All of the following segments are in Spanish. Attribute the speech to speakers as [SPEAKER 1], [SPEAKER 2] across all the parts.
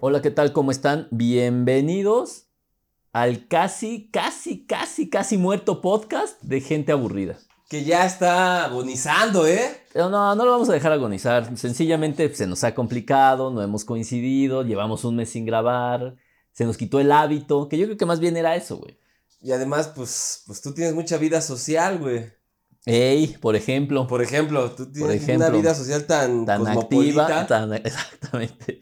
[SPEAKER 1] Hola, ¿qué tal? ¿Cómo están? Bienvenidos al casi, casi, casi, casi muerto podcast de gente aburrida.
[SPEAKER 2] Que ya está agonizando, ¿eh?
[SPEAKER 1] Pero no, no lo vamos a dejar agonizar. Sencillamente se nos ha complicado, no hemos coincidido, llevamos un mes sin grabar, se nos quitó el hábito, que yo creo que más bien era eso, güey.
[SPEAKER 2] Y además, pues, pues tú tienes mucha vida social, güey.
[SPEAKER 1] Ey, por ejemplo,
[SPEAKER 2] Por ejemplo, tú tienes
[SPEAKER 1] ejemplo.
[SPEAKER 2] una vida social tan,
[SPEAKER 1] tan
[SPEAKER 2] cosmopolita.
[SPEAKER 1] activa, tan, exactamente.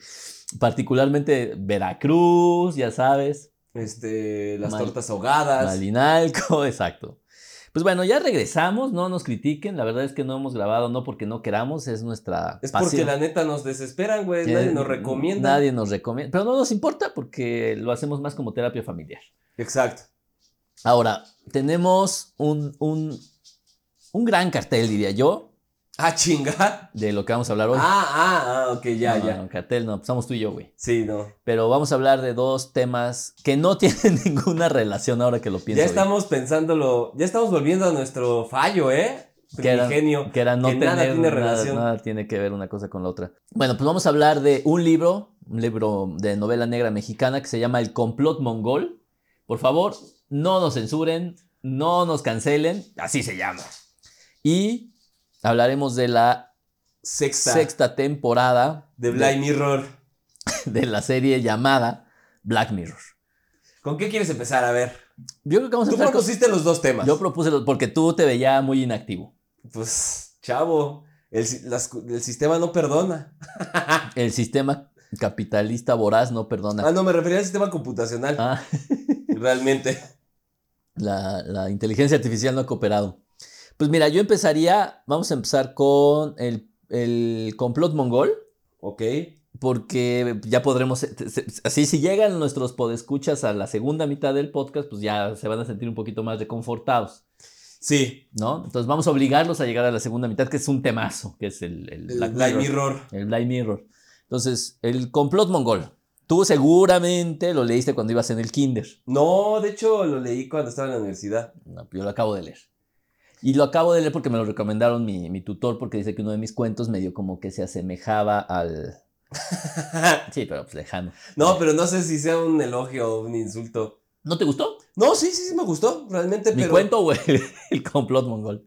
[SPEAKER 1] Particularmente Veracruz, ya sabes.
[SPEAKER 2] Este, las
[SPEAKER 1] Mal-
[SPEAKER 2] tortas ahogadas.
[SPEAKER 1] Malinalco, exacto. Pues bueno, ya regresamos, no nos critiquen, la verdad es que no hemos grabado, no porque no queramos, es nuestra
[SPEAKER 2] Es porque
[SPEAKER 1] pasión.
[SPEAKER 2] la neta nos desesperan, güey.
[SPEAKER 1] Eh,
[SPEAKER 2] Nadie nos recomienda.
[SPEAKER 1] Nadie nos recomienda, pero no nos importa porque lo hacemos más como terapia familiar.
[SPEAKER 2] Exacto.
[SPEAKER 1] Ahora, tenemos un, un, un gran cartel, diría yo,
[SPEAKER 2] Ah, chinga.
[SPEAKER 1] de lo que vamos a hablar hoy.
[SPEAKER 2] Ah, ah, ah, ok, ya,
[SPEAKER 1] No,
[SPEAKER 2] ya.
[SPEAKER 1] no, cartel no, pues somos tú y yo, güey.
[SPEAKER 2] Sí, no.
[SPEAKER 1] Pero vamos a hablar de dos temas que no tienen ninguna relación ahora que lo pienso.
[SPEAKER 2] ya
[SPEAKER 1] bien.
[SPEAKER 2] estamos pensándolo, ya estamos volviendo a nuestro fallo, ¿eh?
[SPEAKER 1] Que era-
[SPEAKER 2] Primigenio.
[SPEAKER 1] que era no
[SPEAKER 2] que
[SPEAKER 1] tener
[SPEAKER 2] nada tiene
[SPEAKER 1] nada-
[SPEAKER 2] relación.
[SPEAKER 1] nada tiene que ver una cosa con la otra. Bueno, pues vamos a hablar de un libro, un libro de novela negra mexicana que se llama El complot mongol. Por favor, no nos censuren, no nos cancelen, así se llama. Y hablaremos de la
[SPEAKER 2] Sexta,
[SPEAKER 1] sexta temporada
[SPEAKER 2] de Blind Mirror.
[SPEAKER 1] de- de la serie llamada Black Mirror.
[SPEAKER 2] ¿Con qué quieres empezar? A ver.
[SPEAKER 1] Yo creo que vamos a
[SPEAKER 2] Tú
[SPEAKER 1] empezar con-
[SPEAKER 2] propusiste los dos temas.
[SPEAKER 1] Yo propuse los- porque tú te veía muy inactivo.
[SPEAKER 2] Pues, chavo, el, si- las cu- el sistema no perdona.
[SPEAKER 1] El sistema capitalista voraz no perdona.
[SPEAKER 2] Ah, no, me refería al sistema computacional,
[SPEAKER 1] Ah.
[SPEAKER 2] realmente.
[SPEAKER 1] La, la inteligencia artificial no ha cooperado. Pues mira, yo empezaría, vamos a empezar con el, el complot mongol,
[SPEAKER 2] Ok.
[SPEAKER 1] porque ya podremos, se- se- así si llegan nuestros podescuchas a la segunda mitad del podcast, pues ya se van a sentir un poquito más reconfortados,
[SPEAKER 2] Sí,
[SPEAKER 1] ¿no? Entonces vamos a obligarlos a llegar a la segunda mitad, que es un temazo, que es el, el
[SPEAKER 2] el
[SPEAKER 1] Black
[SPEAKER 2] Blind
[SPEAKER 1] Mirror.
[SPEAKER 2] Mirror.
[SPEAKER 1] El Black Mirror. Entonces, el complot mongol. Tú seguramente lo leíste cuando ibas en el kinder.
[SPEAKER 2] No, de hecho, lo leí cuando estaba en la universidad.
[SPEAKER 1] No, yo lo acabo de leer. Y lo acabo de leer porque me lo recomendaron mi, mi tutor, porque dice que uno de mis cuentos medio como que se asemejaba al. Sí, pero pues lejano.
[SPEAKER 2] no, pero no sé si sea un elogio o un insulto.
[SPEAKER 1] ¿No te gustó?
[SPEAKER 2] No, sí, sí, sí me gustó, realmente,
[SPEAKER 1] ¿Mi
[SPEAKER 2] pero...
[SPEAKER 1] cuento o el, el complot mongol?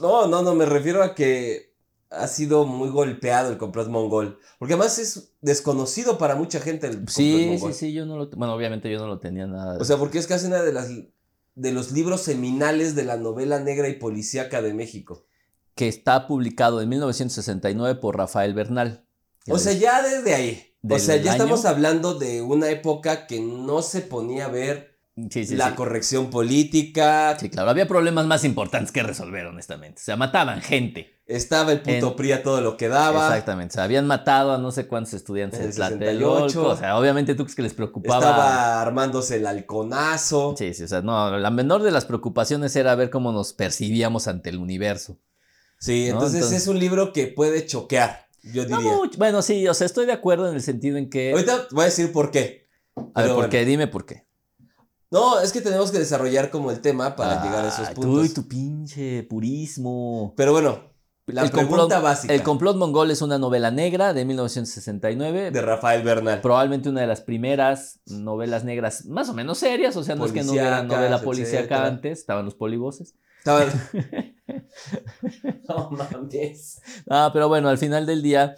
[SPEAKER 2] No, no, no, me refiero a que ha sido muy golpeado el complot mongol. Porque además es desconocido para mucha gente el complot
[SPEAKER 1] Sí, sí,
[SPEAKER 2] mongol.
[SPEAKER 1] sí, yo no lo. Bueno, obviamente yo no lo tenía nada.
[SPEAKER 2] O sea, porque es casi una de las de los libros seminales de la novela negra y policíaca de México.
[SPEAKER 1] que está publicado en 1969 por Rafael Bernal.
[SPEAKER 2] O sea, ya desde ahí. O
[SPEAKER 1] Del
[SPEAKER 2] sea, ya
[SPEAKER 1] año.
[SPEAKER 2] estamos hablando de una época que no se ponía a ver
[SPEAKER 1] Sí, sí,
[SPEAKER 2] la
[SPEAKER 1] sí.
[SPEAKER 2] corrección política.
[SPEAKER 1] Sí, claro, había problemas más importantes que resolver, honestamente. O sea, mataban gente.
[SPEAKER 2] Estaba el puto
[SPEAKER 1] En-
[SPEAKER 2] PRI a todo lo que daba.
[SPEAKER 1] Exactamente. O sea, habían matado a no sé cuántos estudiantes
[SPEAKER 2] En
[SPEAKER 1] en
[SPEAKER 2] el
[SPEAKER 1] Tlatelolco.
[SPEAKER 2] 68.
[SPEAKER 1] O sea, obviamente tú crees que les preocupaba.
[SPEAKER 2] Estaba armándose el halconazo.
[SPEAKER 1] Sí, sí, o sea, no, la menor de las preocupaciones era ver cómo nos percibíamos ante el universo.
[SPEAKER 2] Sí,
[SPEAKER 1] No,
[SPEAKER 2] entonces,
[SPEAKER 1] entonces-
[SPEAKER 2] es un libro que puede choquear, yo
[SPEAKER 1] No, eh.
[SPEAKER 2] diría.
[SPEAKER 1] mucho- bueno, sí, o sea, estoy de acuerdo en el sentido en que...
[SPEAKER 2] Ahorita voy a decir por qué.
[SPEAKER 1] a ver,
[SPEAKER 2] pero
[SPEAKER 1] ¿por qué? Dime por qué.
[SPEAKER 2] No, es que tenemos que desarrollar como el tema para
[SPEAKER 1] Ah,
[SPEAKER 2] llegar a esos
[SPEAKER 1] Tú
[SPEAKER 2] puntos.
[SPEAKER 1] y tu pinche purismo.
[SPEAKER 2] Pero bueno, la
[SPEAKER 1] El
[SPEAKER 2] pregunta
[SPEAKER 1] complot-
[SPEAKER 2] básica
[SPEAKER 1] El complot mongol es una novela negra de 1969.
[SPEAKER 2] de Rafael Bernal.
[SPEAKER 1] Probablemente una de las primeras novelas negras más o menos serias, o sea, no es que no hubiera
[SPEAKER 2] Policíacas,
[SPEAKER 1] novela policíaca
[SPEAKER 2] etcétera.
[SPEAKER 1] antes, estaban los polivoces.
[SPEAKER 2] Estaba- no mames.
[SPEAKER 1] Ah, pero bueno, al final del día,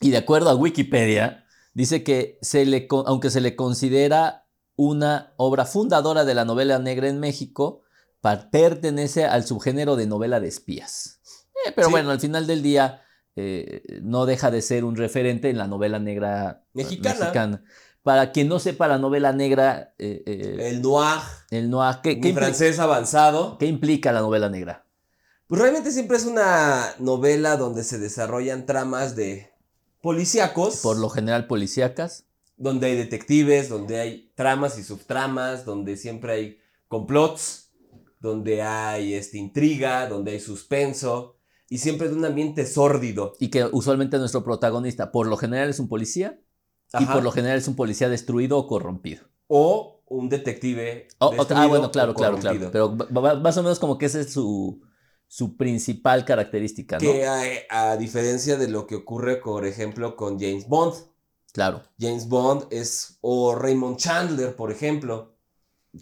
[SPEAKER 1] y de acuerdo a Wikipedia, dice que se le, con- aunque se le considera una obra fundadora de la novela negra en México, pa- pertenece al subgénero de novela de espías. Eh, pero
[SPEAKER 2] Sí.
[SPEAKER 1] bueno, al final del día eh, no deja de ser un referente en la novela negra eh,
[SPEAKER 2] Mexicana.
[SPEAKER 1] Para quien no sepa la novela negra, eh, eh,
[SPEAKER 2] El noir,
[SPEAKER 1] el noir, ¿qué-
[SPEAKER 2] mi
[SPEAKER 1] qué impli-
[SPEAKER 2] francés avanzado.
[SPEAKER 1] ¿qué implica la novela negra?
[SPEAKER 2] Pues realmente siempre es una novela donde se desarrollan tramas de policíacos.
[SPEAKER 1] Por lo general policíacas.
[SPEAKER 2] donde hay detectives, donde hay tramas y subtramas, donde siempre hay complots, donde hay este, intriga, donde hay suspenso, y siempre de un ambiente sórdido.
[SPEAKER 1] y que usualmente nuestro protagonista por lo general es un policía y
[SPEAKER 2] Ajá.
[SPEAKER 1] por lo general es un policía destruido o corrompido.
[SPEAKER 2] O un detective.
[SPEAKER 1] O- o- ah,
[SPEAKER 2] destruido
[SPEAKER 1] bueno,
[SPEAKER 2] o
[SPEAKER 1] claro, claro, claro.
[SPEAKER 2] corrompido.
[SPEAKER 1] Pero va- va- más o menos como que esa es su, su principal característica, ¿no?
[SPEAKER 2] Que hay- a diferencia de lo que ocurre, por ejemplo, con James Bond,
[SPEAKER 1] Claro.
[SPEAKER 2] James Bond es, o Raymond Chandler, por ejemplo,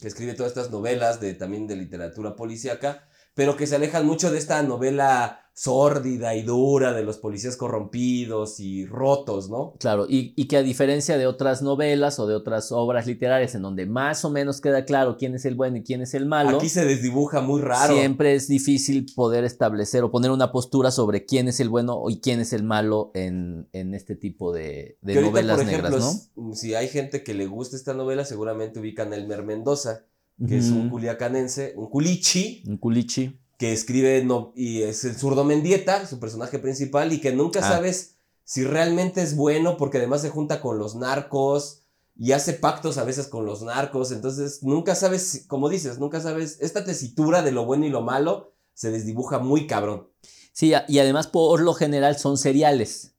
[SPEAKER 2] que escribe todas estas novelas de, también de literatura policíaca, pero que se alejan mucho de esta novela sórdida y dura de los policías corrompidos y rotos, ¿no?
[SPEAKER 1] Claro, y, y que a diferencia de otras novelas o de otras obras literarias en donde más o menos queda claro quién es el bueno y quién es el malo,
[SPEAKER 2] Aquí se desdibuja muy raro.
[SPEAKER 1] Ah, siempre es difícil poder establecer o poner una postura sobre quién es el bueno y quién es el malo en, en este tipo de, de
[SPEAKER 2] Que ahorita,
[SPEAKER 1] novelas
[SPEAKER 2] por ejemplo,
[SPEAKER 1] negras, ¿no?
[SPEAKER 2] s- Si hay gente que le gusta esta novela, seguramente ubican a Elmer Mendoza, que es un
[SPEAKER 1] Ujú.
[SPEAKER 2] culiacanense, un culichi,
[SPEAKER 1] Un culichi.
[SPEAKER 2] que escribe no- y es el zurdo Mendieta, su personaje principal, y que nunca
[SPEAKER 1] Ah.
[SPEAKER 2] sabes si realmente es bueno, porque además se junta con los narcos y hace pactos a veces con los narcos, entonces nunca sabes, si- como dices, nunca sabes, esta tesitura de lo bueno y lo malo se desdibuja muy cabrón.
[SPEAKER 1] Sí, a- y además por lo general son seriales,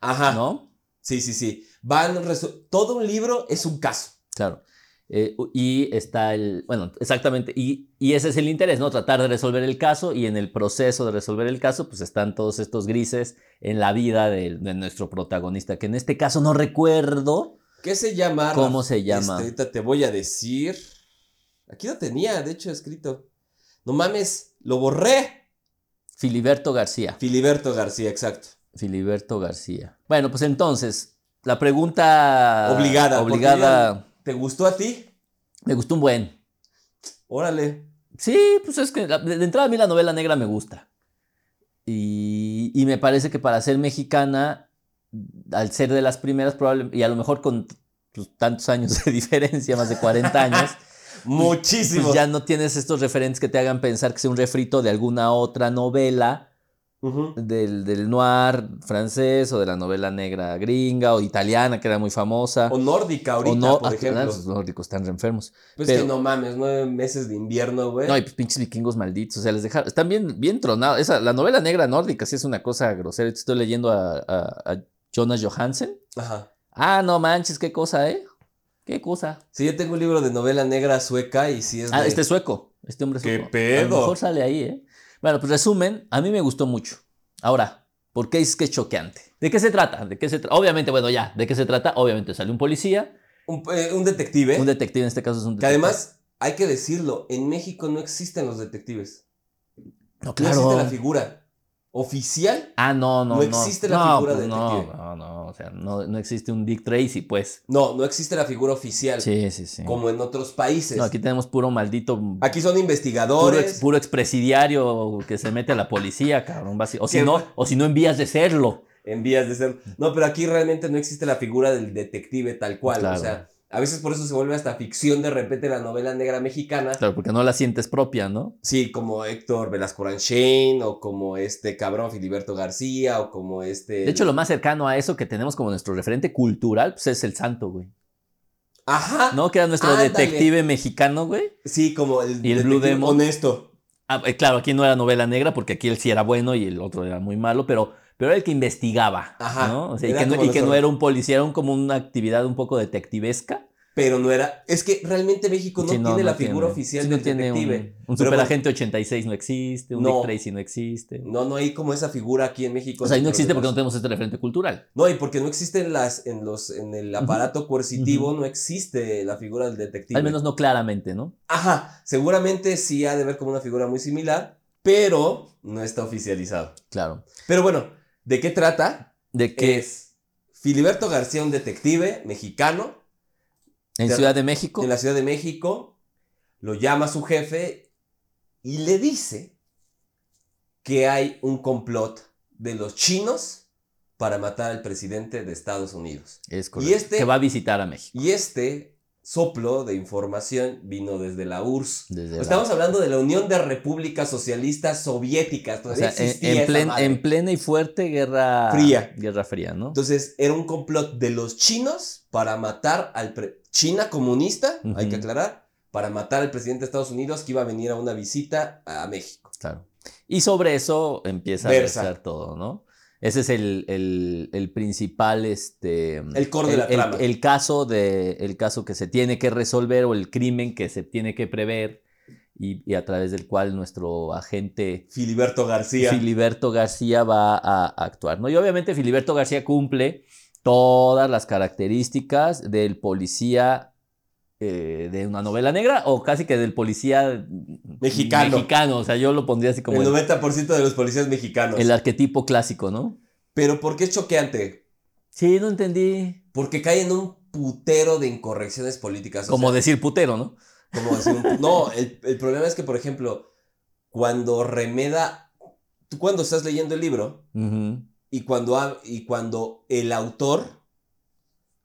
[SPEAKER 2] Ajá,
[SPEAKER 1] ¿no?
[SPEAKER 2] sí, sí, sí. Van resu- todo un libro es un caso.
[SPEAKER 1] Claro. Eh, u- y está el, bueno, exactamente, y, y ese es el interés, ¿no? Tratar de resolver el caso y en el proceso de resolver el caso, pues están todos estos grises en la vida del- de, nuestro protagonista, que en este caso no recuerdo
[SPEAKER 2] ¿Qué se llama?
[SPEAKER 1] cómo
[SPEAKER 2] Rafa?
[SPEAKER 1] se llama.
[SPEAKER 2] Este, ahorita te voy a decir. Aquí lo tenía, de hecho, escrito. No mames, lo borré.
[SPEAKER 1] Filiberto García.
[SPEAKER 2] Filiberto García, exacto.
[SPEAKER 1] Filiberto García. Bueno, pues entonces, la pregunta
[SPEAKER 2] Obligada, porque
[SPEAKER 1] obligada
[SPEAKER 2] ¿Te gustó a ti?
[SPEAKER 1] me gustó un buen.
[SPEAKER 2] Órale.
[SPEAKER 1] Sí, pues es que la- de de entrada a mí la novela negra me gusta. Y, y me parece que para ser mexicana, al ser de las primeras, probable, y a lo mejor con pues, tantos años de diferencia, más de 40 años,
[SPEAKER 2] Muchísimo.
[SPEAKER 1] pues ya no tienes estos referentes que te hagan pensar que sea un refrito de alguna otra novela
[SPEAKER 2] Ujú.
[SPEAKER 1] del, del noir francés o de la novela negra gringa o italiana, que era muy famosa.
[SPEAKER 2] O nórdica ahorita,
[SPEAKER 1] o no,
[SPEAKER 2] por
[SPEAKER 1] ah,
[SPEAKER 2] ejemplo.
[SPEAKER 1] ah, esos nórdicos están re enfermos.
[SPEAKER 2] Pues
[SPEAKER 1] pero-
[SPEAKER 2] que no mames, nueve meses de invierno, güey.
[SPEAKER 1] No, y pues pinches vikingos malditos, o sea, les dejaron, están bien, bien tronados. Esa, la novela negra nórdica sí es una cosa grosera. Estoy leyendo a, a- a Jonas Johansen.
[SPEAKER 2] Ajá.
[SPEAKER 1] Ah, no manches, qué cosa, ¿eh? Qué cosa.
[SPEAKER 2] Sí, yo tengo un libro de novela negra sueca y sí es
[SPEAKER 1] Ah,
[SPEAKER 2] de-
[SPEAKER 1] este es sueco, este hombre es
[SPEAKER 2] ¿Qué
[SPEAKER 1] sueco. A lo
[SPEAKER 2] pedo?
[SPEAKER 1] mejor sale ahí, ¿eh? Bueno, pues resumen, a mí me gustó mucho. Ahora, ¿por qué es que es choqueante? ¿De qué se trata? ¿De qué se tra- Obviamente, bueno, ya, ¿de qué se trata? Obviamente sale un policía,
[SPEAKER 2] un, eh, un detective.
[SPEAKER 1] un detective, en este caso es un
[SPEAKER 2] que
[SPEAKER 1] detective.
[SPEAKER 2] además, hay que decirlo, en México no existen los detectives.
[SPEAKER 1] no,
[SPEAKER 2] No
[SPEAKER 1] claro.
[SPEAKER 2] existe la figura oficial.
[SPEAKER 1] Ah, no, no, no.
[SPEAKER 2] No existe la
[SPEAKER 1] No,
[SPEAKER 2] figura
[SPEAKER 1] pues
[SPEAKER 2] de
[SPEAKER 1] no,
[SPEAKER 2] detective.
[SPEAKER 1] no, no, o sea, no, no existe un Dick Tracy, pues.
[SPEAKER 2] No, no existe la figura oficial
[SPEAKER 1] Sí, sí, sí.
[SPEAKER 2] como en otros países.
[SPEAKER 1] No,
[SPEAKER 2] aquí,
[SPEAKER 1] aquí tenemos puro maldito,
[SPEAKER 2] son
[SPEAKER 1] puro,
[SPEAKER 2] investigadores.
[SPEAKER 1] ex- puro expresidiario que se mete a la policía, cabrón. basi- O si
[SPEAKER 2] Que-
[SPEAKER 1] no, o si no envías de serlo.
[SPEAKER 2] en vías de ser. No, pero aquí realmente no existe la figura del detective tal cual.
[SPEAKER 1] Claro.
[SPEAKER 2] O sea, a veces por eso se vuelve hasta ficción de repente la novela negra mexicana.
[SPEAKER 1] Claro, porque no la sientes propia, ¿no?
[SPEAKER 2] Sí, como Héctor Velasco Shane o como este cabrón Filiberto García, o como este.
[SPEAKER 1] De hecho, lo más cercano a eso que tenemos como nuestro referente cultural, pues es el santo, güey.
[SPEAKER 2] Ajá.
[SPEAKER 1] ¿No? Que era nuestro
[SPEAKER 2] Ándale.
[SPEAKER 1] detective mexicano, güey.
[SPEAKER 2] Sí, como el.
[SPEAKER 1] Y el Blue
[SPEAKER 2] detective
[SPEAKER 1] Demon.
[SPEAKER 2] Honesto.
[SPEAKER 1] Ah, eh, claro, aquí no era novela negra, porque aquí él sí era bueno y el otro era muy malo, pero, pero era el que investigaba,
[SPEAKER 2] Ajá,
[SPEAKER 1] ¿no? O sea, y
[SPEAKER 2] era
[SPEAKER 1] que, no,
[SPEAKER 2] como
[SPEAKER 1] y que
[SPEAKER 2] nuestro-
[SPEAKER 1] no era un policía, era un- como una actividad un poco detectivesca.
[SPEAKER 2] Pero no era. Es que realmente México no
[SPEAKER 1] Sí,
[SPEAKER 2] tiene la figura
[SPEAKER 1] tiene.
[SPEAKER 2] oficial
[SPEAKER 1] Sí,
[SPEAKER 2] del
[SPEAKER 1] no tiene un-
[SPEAKER 2] detective.
[SPEAKER 1] Un,
[SPEAKER 2] Pero
[SPEAKER 1] superagente 86 no existe, un
[SPEAKER 2] No.
[SPEAKER 1] Dick Tracy no existe.
[SPEAKER 2] No, no hay como esa figura aquí en México.
[SPEAKER 1] O sea, ahí no
[SPEAKER 2] Pero
[SPEAKER 1] existe
[SPEAKER 2] demás.
[SPEAKER 1] porque no tenemos este referente cultural.
[SPEAKER 2] No, y porque no existen las, en los, en el aparato coercitivo no existe la figura del detective.
[SPEAKER 1] Al menos no claramente, ¿no?
[SPEAKER 2] Ajá, seguramente sí ha de ver como una figura muy similar, pero no está oficializado.
[SPEAKER 1] Claro.
[SPEAKER 2] Pero bueno, ¿de qué trata?
[SPEAKER 1] De que
[SPEAKER 2] Es Filiberto García, un detective mexicano
[SPEAKER 1] en
[SPEAKER 2] de-
[SPEAKER 1] Ciudad de México.
[SPEAKER 2] en la Ciudad de México, lo llama su jefe y le dice que hay un complot de los chinos para matar al presidente de Estados Unidos.
[SPEAKER 1] Es correcto.
[SPEAKER 2] este-
[SPEAKER 1] Que va a visitar a México.
[SPEAKER 2] Y este soplo de información vino desde la URSS.
[SPEAKER 1] desde la-
[SPEAKER 2] Pues Estamos hablando de la Unión de Repúblicas Socialistas Soviéticas.
[SPEAKER 1] o
[SPEAKER 2] Todavía
[SPEAKER 1] sea, en,
[SPEAKER 2] existía
[SPEAKER 1] en
[SPEAKER 2] esa
[SPEAKER 1] plen-
[SPEAKER 2] madre.
[SPEAKER 1] en plena y fuerte guerra
[SPEAKER 2] Fría.
[SPEAKER 1] Guerra fría, ¿no?
[SPEAKER 2] Entonces, era un complot de los chinos para matar al... pre- China comunista, hay que
[SPEAKER 1] Ujú.
[SPEAKER 2] aclarar, para matar al presidente de Estados Unidos que iba a venir a una visita a México.
[SPEAKER 1] Claro. Y sobre eso empieza
[SPEAKER 2] Versa.
[SPEAKER 1] a versar todo, ¿no? Ese es el, el- el principal, este...
[SPEAKER 2] El core de la trama.
[SPEAKER 1] el caso de, el caso que se tiene que resolver o el crimen que se tiene que prever y, y a través del cual nuestro agente
[SPEAKER 2] Filiberto García.
[SPEAKER 1] Filiberto García va a, a actuar, ¿no? Y obviamente Filiberto García cumple todas las características del policía eh, de una novela negra o casi que del policía
[SPEAKER 2] Mexicano.
[SPEAKER 1] mexicano. O sea, yo lo pondría así como
[SPEAKER 2] el
[SPEAKER 1] el,
[SPEAKER 2] 90% de los policías mexicanos.
[SPEAKER 1] el arquetipo clásico, ¿no?
[SPEAKER 2] Pero ¿por qué es choqueante?
[SPEAKER 1] Sí, no entendí.
[SPEAKER 2] Porque cae en un putero de incorrecciones políticas. o
[SPEAKER 1] Como
[SPEAKER 2] sea,
[SPEAKER 1] decir putero, ¿no?
[SPEAKER 2] como decir un- No, el, el problema es que, por ejemplo, cuando remeda... Tú cuando estás leyendo el libro,
[SPEAKER 1] Ujú.
[SPEAKER 2] Y cuando, ha- y cuando el autor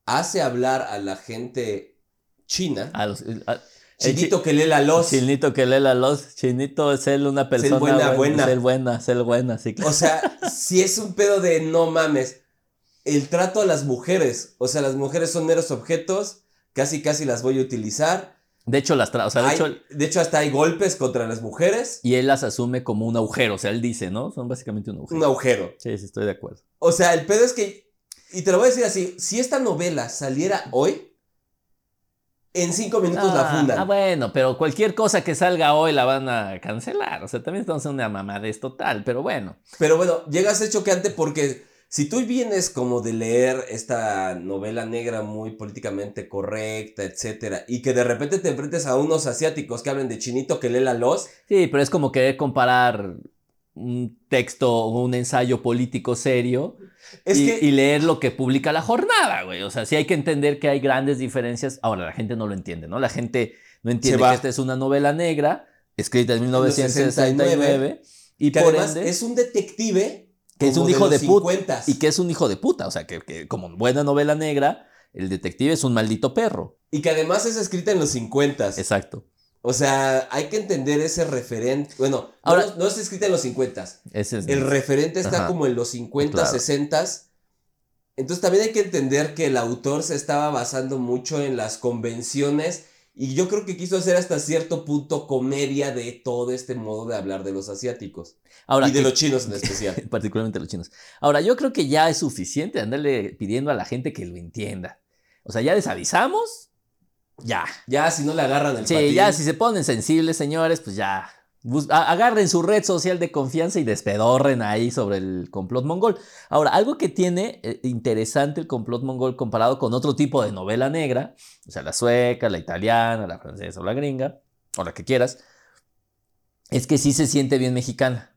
[SPEAKER 2] hace hablar a la gente china,
[SPEAKER 1] A los- a- Ah, el
[SPEAKER 2] chinito que lee la
[SPEAKER 1] chi-
[SPEAKER 2] los,
[SPEAKER 1] Chinito que lee la luz. Chinito es él una persona.
[SPEAKER 2] buena, buena.
[SPEAKER 1] Ser buena, ser buena, sí, claro.
[SPEAKER 2] o sea, si es un pedo de no mames, el trato a las mujeres, o sea, las mujeres son meros objetos, casi casi las voy a utilizar.
[SPEAKER 1] De hecho, las tra- o sea, de
[SPEAKER 2] Hay-
[SPEAKER 1] hecho, él-
[SPEAKER 2] hasta hay golpes contra las mujeres,
[SPEAKER 1] y él las asume como un agujero. O sea, él dice, ¿no? Son básicamente un agujero.
[SPEAKER 2] un agujero.
[SPEAKER 1] Sí, sí, estoy de acuerdo.
[SPEAKER 2] O sea, el pedo es que, y te lo voy a decir así, si esta novela saliera hoy, en cinco minutos la
[SPEAKER 1] Ah,
[SPEAKER 2] fundan.
[SPEAKER 1] Ah, bueno, pero cualquier cosa que salga hoy la van a cancelar. O sea, también estamos en una mamadez total, pero bueno.
[SPEAKER 2] Pero bueno, llega a ser choqueante porque si tú vienes como de leer esta novela negra muy políticamente correcta, etcétera, y que de repente te enfrentes a unos asiáticos que hablan de chinito que lee la los,
[SPEAKER 1] Sí, pero es como querer comparar un texto o un ensayo político serio
[SPEAKER 2] es
[SPEAKER 1] y,
[SPEAKER 2] que
[SPEAKER 1] y leer lo que publica la jornada, güey. O sea, sí hay que entender que hay grandes diferencias. Ahora, la gente no lo entiende, ¿no? La gente no entiende
[SPEAKER 2] va.
[SPEAKER 1] que esta es una novela negra escrita en
[SPEAKER 2] 1969,
[SPEAKER 1] 1969 y
[SPEAKER 2] que
[SPEAKER 1] por
[SPEAKER 2] además
[SPEAKER 1] ende
[SPEAKER 2] es un detective
[SPEAKER 1] que es
[SPEAKER 2] como
[SPEAKER 1] un hijo de,
[SPEAKER 2] los
[SPEAKER 1] puta
[SPEAKER 2] 50s.
[SPEAKER 1] y que es un hijo de puta. O sea, que, que como buena novela negra, el detective es un maldito perro.
[SPEAKER 2] Y que además es escrita en los 50.
[SPEAKER 1] Exacto.
[SPEAKER 2] O sea, hay que entender ese referente. Bueno, no-
[SPEAKER 1] Ahora-
[SPEAKER 2] no, es escrita en los 50.
[SPEAKER 1] Ese es.
[SPEAKER 2] El referente está
[SPEAKER 1] Ajá.
[SPEAKER 2] como en los 50,
[SPEAKER 1] Claro.
[SPEAKER 2] 60. Entonces también hay que entender que el autor se estaba basando mucho en las convenciones y yo creo que quiso hacer hasta cierto punto comedia de todo este modo de hablar de los asiáticos
[SPEAKER 1] Ahora,
[SPEAKER 2] y de
[SPEAKER 1] que-
[SPEAKER 2] los chinos en especial.
[SPEAKER 1] particularmente los chinos. Ahora, yo creo que ya es suficiente andarle pidiendo a la gente que lo entienda. O sea, ya les avisamos, ya.
[SPEAKER 2] ya, si no le agarran el
[SPEAKER 1] Sí,
[SPEAKER 2] patín,
[SPEAKER 1] ya si se ponen sensibles, señores, pues ya. Bus- a- Agarren su red social de confianza y despedorren ahí sobre el complot mongol. Ahora, algo que tiene eh, interesante el complot mongol comparado con otro tipo de novela negra, o sea, la sueca, la italiana, la francesa o la gringa, o la que quieras, es que sí se siente bien mexicana.